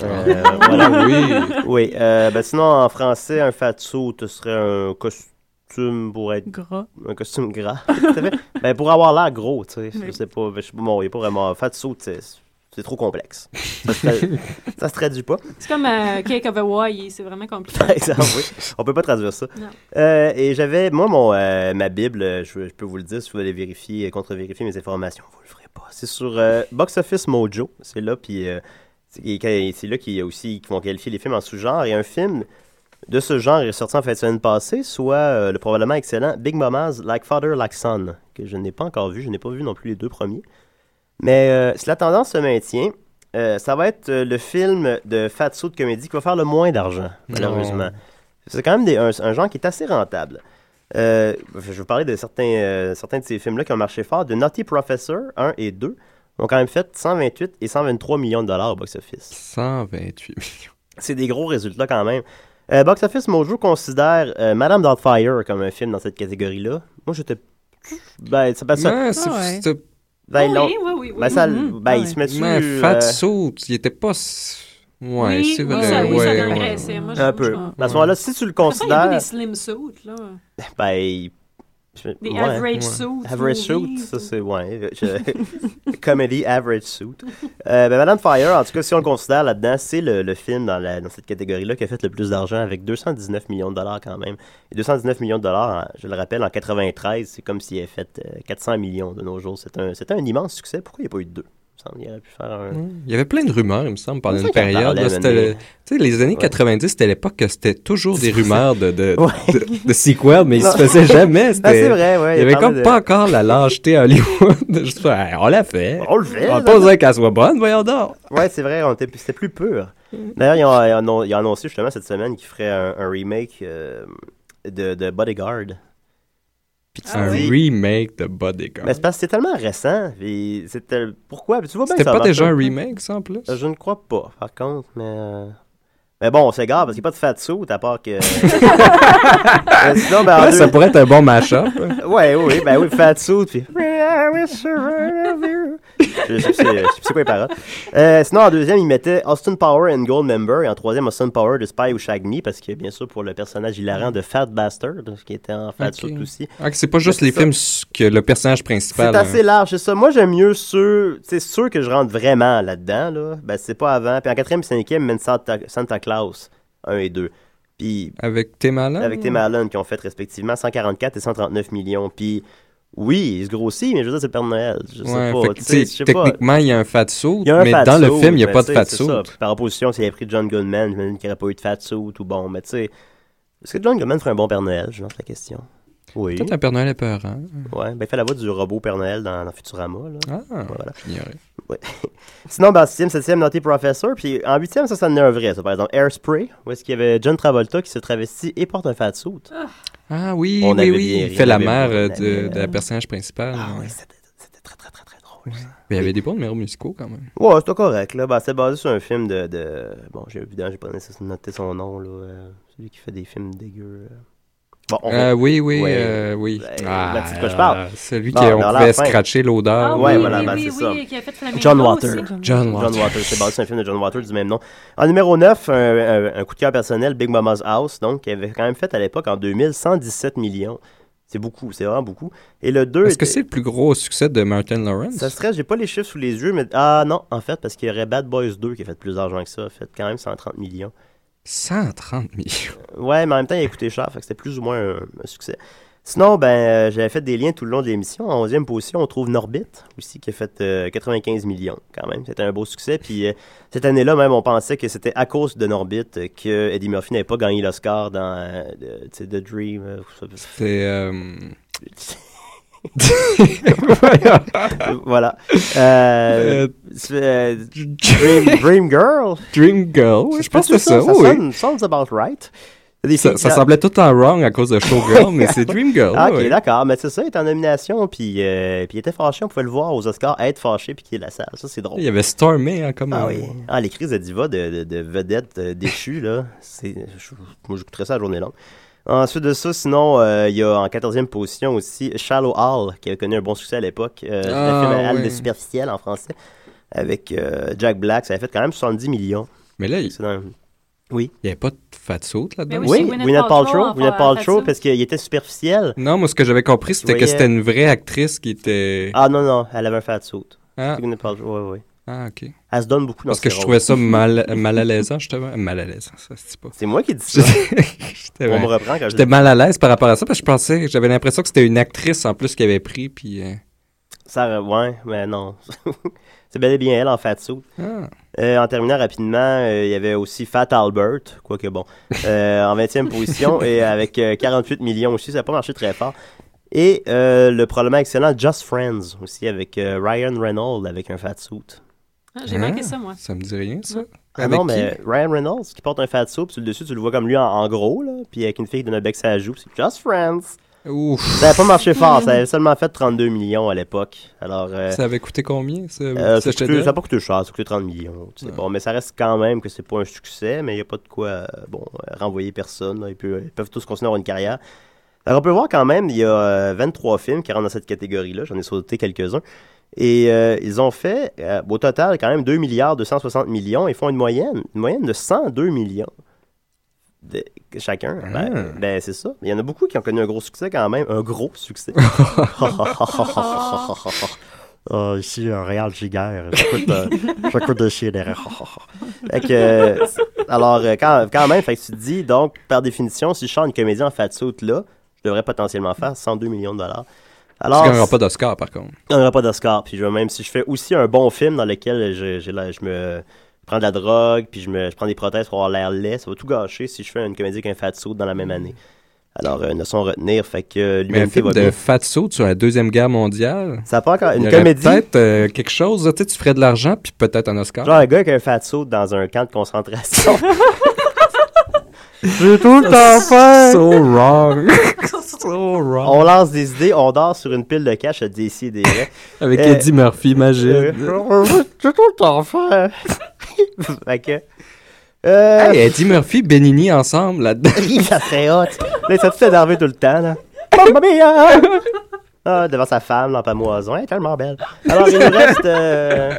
Euh, voilà.
Ah oui!
Oui, euh, ben sinon en français, un fat suit serait un costume pour être
Gras.
un costume gras. Tout à fait. ben pour avoir l'air gros, tu sais, je
Mais-
sais pas, je sais pas, bon, il y a pas vraiment fat suit, c'est c'est trop complexe. Ça se, tra- ça se traduit pas.
comme euh, Cake of Hawaii, c'est vraiment compliqué.
Par exemple, oui. On peut pas traduire ça.
Non.
Euh, et j'avais, moi, mon, euh, ma Bible, euh, je, je peux vous le dire si vous voulez vérifier, euh, contre-vérifier mes informations. Vous le ferez pas. C'est sur euh, Box Office Mojo. C'est là, puis euh, c'est et quand- c'est là qu'il y a aussi, qu'ils vont qualifier les films en sous-genre. Et un film de ce genre est sorti en fin de semaine passée, soit euh, le probablement excellent Big Mama's Like Father, Like Son, que je n'ai pas encore vu. Je n'ai pas vu non plus les deux premiers. Mais euh, si la tendance se maintient, euh, ça va être euh, le film de Fatso de comédie qui va faire le moins d'argent, malheureusement. C'est quand même des- un, un genre qui est assez rentable. Euh, je vais vous parler de certains, euh, certains de ces films-là qui ont marché fort. De Naughty Professor 1 et 2 ont quand même fait 128 et 123 millions de dollars au box-office.
128 millions.
C'est des gros résultats quand même. Euh, Box Office Mojo considère euh, Madame Doubtfire comme un film dans cette catégorie-là. Moi, j'étais... Ben, ça passe...
Ouais, Ah, c'est-
Ah, ouais.
c'est-
Ben, non.
oui, oui, oui. oui.
Ben, ça-
Hein? Mhm.
ben, il
Ouais.
se met dessus...
Mais Fat
euh,
Suit, il était pas... s- Ouais,
oui,
c'est
oui,
vrai.
ça, oui, ça
ouais,
m'agressait.
ouais.
Moi, je-
Un peu.
moi,
À ce moment-là, si tu le
je- De toute façon, il y
considères...
avait des slim suits, là.
Ben, il- je-
Des
ouais.
average
ouais.
suits.
Average suit,
movies,
ça c'est ouais. je- Comedy average suit. Euh, ben, Madame Fire, en tout cas, si on le considère là-dedans, c'est le, le film dans, la- dans cette catégorie-là qui a fait le plus d'argent avec 219 millions de dollars quand même. Et 219 millions de dollars, en- je le rappelle, en 93, c'est comme s'il avait fait euh, 400 millions de nos jours. C'est un, c'est un immense succès. Pourquoi il n'y a pas eu de deux Il me semble qu'il aurait pu faire un.
Ouais. Il y avait plein de rumeurs, il me semble, pendant
C'est
une
ça qu'on
période.
parlait,
là,
mais-
c'était le- tu sais, les années 90, c'était l'époque que c'était toujours des rumeurs de, de,
Ouais.
de- de sequels, mais ils
Non.
se faisaient jamais.
Ah,
c'était-
c'est vrai, ouais.
Il y avait
parlait
comme
de-
pas encore la lâcheté à Hollywood. Je sais pas, hey, on l'a fait.
On le fait.
On va
là.
pas dire qu'elle soit bonne, voyons donc.
Ouais, c'est vrai, on était- c'était plus pur. D'ailleurs, ils ont, ils en ont- ils ont annoncé justement cette semaine qu'ils feraient un, un remake euh, de, de Bodyguard. Puis tu
un
te dis,
remake de Bodyguard.
Ah mais c'est parce que c'est tellement récent. puis c'est tel- Pourquoi? Puis tu vois bien que
C'était
ça
pas
marche
déjà un remake, ça, en plus?
Euh, Je ne crois pas, par contre, mais... euh, Mais bon, on s'égare, parce qu'il n'y a pas de fat suit, à part que... Mais sinon, ben, en
Ouais,
deux-
ça pourrait être un hein? bon match-up.
Ouais, oui, ben oui, fat suit, puis... Je sais plus c'est- je sais plus c'est quoi les paroles. Euh, sinon, en deuxième, il mettait Austin Power and Goldmember. Et en troisième, Austin Power de Spy ou Shag Me. Parce que, bien sûr, pour le personnage hilarant de Fat Bastard, qui était en Fat
Ok.
Suit aussi.
Ah, que c'est pas juste
C'est
les
ça.
films s- que le personnage principal.
C'est
hein.
assez large, c'est ça. Moi, j'aime mieux ceux, c'est ceux que je rentre vraiment là-dedans, là. Ben, c'est pas avant. Puis en quatrième et cinquième, même Santa, Santa Claus 1 et 2. Puis
Avec Tim Allen?
avec Tim Allen, qui ont fait respectivement 144 et 139 millions. Puis oui, il se grossit, mais je veux dire, c'est le Père Noël. Je sais
Ouais,
pas.
fait que,
tu
tu
sais,
sais,
je sais pas.
techniquement, il y a un fat suit,
Il y a un
mais
fat
dans le
suit,
film, il n'y a
mais
pas
tu
de
sais,
fat
c'est
suit.
ça. Puis Par opposition, s'il avait pris John Goodman, j'imagine qu'il n'y aurait pas eu de fat suit ou bon, mais tu sais. Est-ce que John Goodman ferait un bon Père Noël Je lance la question. Oui.
Peut-être un Père Noël peur, hein?
Ouais, ben, il fait la voix du robot Père Noël dans, dans Futurama. Là.
Ah,
Voilà.
j'ignorais.
Sinon, ben, en 6e, 7e, Naughty Professor. Puis en 8e, ça, ça en est un vrai, ça, par exemple. Airspray, où est-ce qu'il y avait John Travolta qui se travestit et porte un fat suit.
Ah oui,
On
oui,
avait
oui.
bien
Il
ri,
fait
on
la
avait
mère
bien
euh,
ri.
de, de la personnage principale.
Ah
ouais.
oui, c'était c'était très, très, très, très drôle. ça.
Mais il y avait des bons numéros musicaux quand même.
Ouais, c'était correct, là. Ben, c'est basé sur un film de. de... Bon, j'ai évidemment, j'ai pas nécessairement noté son nom, là. euh, celui qui fait des films dégueux. euh. Bon, on
Euh, oui, oui,
Ouais. Ben,
euh, oui.
Ouais,
euh,
là-dessus de quoi je parle.
Celui
Bon,
qu'on
vers la
pouvait
fin.
scratcher l'odeur.
Ah
ouais,
oui,
voilà,
oui,
ben,
oui,
c'est
oui, qui a fait Flamingo
John Water.
aussi.
John
John
Waters.
Waters, c'est basé sur un film de John Waters du même nom. En numéro 9, un, euh, un- un coup de cœur personnel, Big Mama's House, donc, qui avait quand même fait à l'époque en 2000 117 millions. C'est beaucoup, c'est vraiment beaucoup. Et le 2
Est-ce que c'est le plus gros succès de Martin Lawrence?
Ça serait, j'ai pas les chiffres sous les yeux, mais. Ah non, en fait, parce qu'il y aurait Bad Boys 2 qui a fait plus d'argent que ça, fait quand même 130 millions.
130 millions.
Ouais, mais en même temps, il a coûté cher, fait que c'était plus ou moins un, un succès. Sinon, ben, euh, j'avais fait des liens tout le long de l'émission. En 11e position, on trouve Norbit aussi, qui a fait euh, 95 millions quand même. C'était un beau succès. Puis euh, cette année-là, même, on pensait que c'était à cause de Norbit euh, que Eddie Murphy n'avait pas gagné l'Oscar dans euh, euh, tu sais, The Dream. euh,
C'est. euh,
voilà. Euh, euh, Dream, Dream Girl.
Dream Girl. oui, je pense que c'est ça.
ça.
oui.
sonne- sounds about right. Des
Ça,
filles
ça
qui-
semblait tout en wrong à cause de Showgirl, mais c'est Dream Girl.
Ah, ok,
oui.
d'accord. Mais c'est ça, il est en nomination, puis, euh, puis il était fâché. On pouvait le voir aux Oscars être fâché, puis qu'il est la salle. Ça, c'est drôle.
Il y avait Stormy, hein, comme.
Ah
euh,
oui. Ah, les crises de diva, de, de, de vedettes euh, déchues, là. C'est, je- moi, j'écouterais ça la journée longue. Ensuite de ça, sinon, euh, il y a en 14e position aussi Shallow Hall, qui a connu un bon succès à l'époque. Euh,
Ah,
le film Halle
oui.
de Superficiel en français, avec euh, Jack Black. Ça a fait quand même 70 millions.
Mais là, il
C'est dans-
il n'y avait pas de fat suit là-dedans.
Mais
Oui,
c'est Gwyneth
Gwyneth
Paltrow,
Paltrow. Gwyneth
enfin,
Paltrow,
Fatso.
parce qu'il était superficiel.
Non, moi, ce que j'avais compris, c'était
Tu
que
voyais-
c'était une vraie actrice qui était.
Ah non, non, elle avait un fat suit.
Ah,
Gwyneth Paltrow, ouais, ouais.
ah, ok.
Elle se donne beaucoup dans
Parce que
ses
je
rôles.
trouvais ça mal, mal à l'aise, justement. Mal à l'aise, ça se dit pas.
C'est moi qui dis ça.
J'étais
On me
vraiment-
reprend quand je
j'étais mal à l'aise par rapport à ça, parce que je pensais, j'avais l'impression que c'était une actrice en plus qui avait pris, puis. euh,
Ça, ouais, mais non. c'est bel et bien elle en fat suit.
Ah,
Euh, en terminant rapidement, euh, il y avait aussi Fat Albert, quoique bon, euh, en 20e position et avec euh, 48 millions aussi, ça n'a pas marché très fort. Et euh, le probablement excellent Just Friends aussi avec euh, Ryan Reynolds avec un fat suit.
Ah, J'ai manqué ça, moi.
ça me dit rien, ça.
Ah
Avec
non,
qui?
mais Ryan Reynolds qui porte un fat suit, puis sur le dessus, tu le vois comme lui en, en gros, là, puis avec une fille de bec ça joue, c'est Just Friends.
Ouf.
Ça n'a pas marché fort, ça avait seulement fait 32 millions à l'époque. Alors, euh,
Ça avait coûté combien, ce,
Euh,
ce
ça
chef-d'œuvre?
n'a pas coûté cher, ça a coûté 30 millions. tu sais. Bon, mais ça reste quand même que c'est pas un succès, mais il n'y a pas de quoi euh, bon, euh, renvoyer personne. là. Ils, peuvent, ils peuvent tous continuer à avoir une carrière. Alors, on peut voir quand même, il y a euh, 23 films qui rentrent dans cette catégorie-là. J'en ai sauté quelques-uns. Et euh, ils ont fait, euh, au total, quand même 2 milliards 260 millions. Ils font une moyenne, une moyenne de 102 millions de- chacun. Ben,
Ah.
ben, c'est ça. Il y en a beaucoup qui ont connu un gros succès quand même. Un gros succès. Ah, ici, un Real Giger. J'écoute, euh, j'écoute de chier derrière. Fait que, euh, alors, euh, quand, quand même, fait que tu te dis, donc, par définition, si je chante une comédie en fat suit, là, je devrais potentiellement faire 102 millions de dollars.
Tu
Alors,
gagneras pas d'Oscar, par contre.
on n'aura pas d'Oscar. Puis je veux même si je fais aussi un bon film dans lequel je, j'ai la- je me je prends de la drogue, puis je, me, je prends des prothèses pour avoir l'air laid, ça va tout gâcher si je fais une comédie qu'un fat suit dans la même année. Alors, euh, ne sont retenir, fait que euh,
Mais un
l'humanité
film
va
de
bien.
Fatso sur la Deuxième Guerre mondiale.
Ça a pas encore
il y
une
aurait
comédie.
Peut-être euh, quelque chose, là, tu sais, tu ferais de l'argent, puis peut-être un Oscar.
Genre un gars avec un fat suit dans un camp de concentration. J'ai tout le temps
So wrong. so wrong.
On lance des idées, on dort sur une pile de cash à DC et des vrais.
Avec
Euh,
Eddie Murphy, imagine.
J'ai tout le temps fait. fait que. Euh,
Hey, Eddie Murphy, Benigni ensemble là-dedans.
ça serait hot. Là, ils sont tous énervés tout le temps, là. Mamma mia! Ah, devant sa femme, dans Pamoison. Elle est tellement belle. Alors, il nous reste. euh,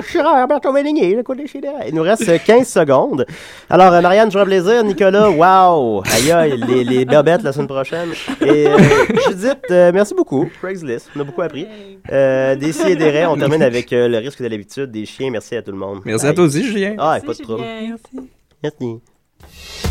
je suis rare, Bertrand Méligné, le coup de chez les rats. Il nous reste euh, 15 secondes. Alors, euh, Marianne, je un plaisir. Nicolas, wow! Aïe, aïe, les, les babettes la semaine prochaine. Et euh, Judith, euh, merci beaucoup. Craigslist, on a beaucoup appris. Euh, des si et des raies, on termine avec euh, le risque de l'habitude des chiens. Merci à tout le monde.
Merci à
Bye.
toi aussi, Julien.
Ah,
Merci,
pas de trouble.
Julien.
Merci.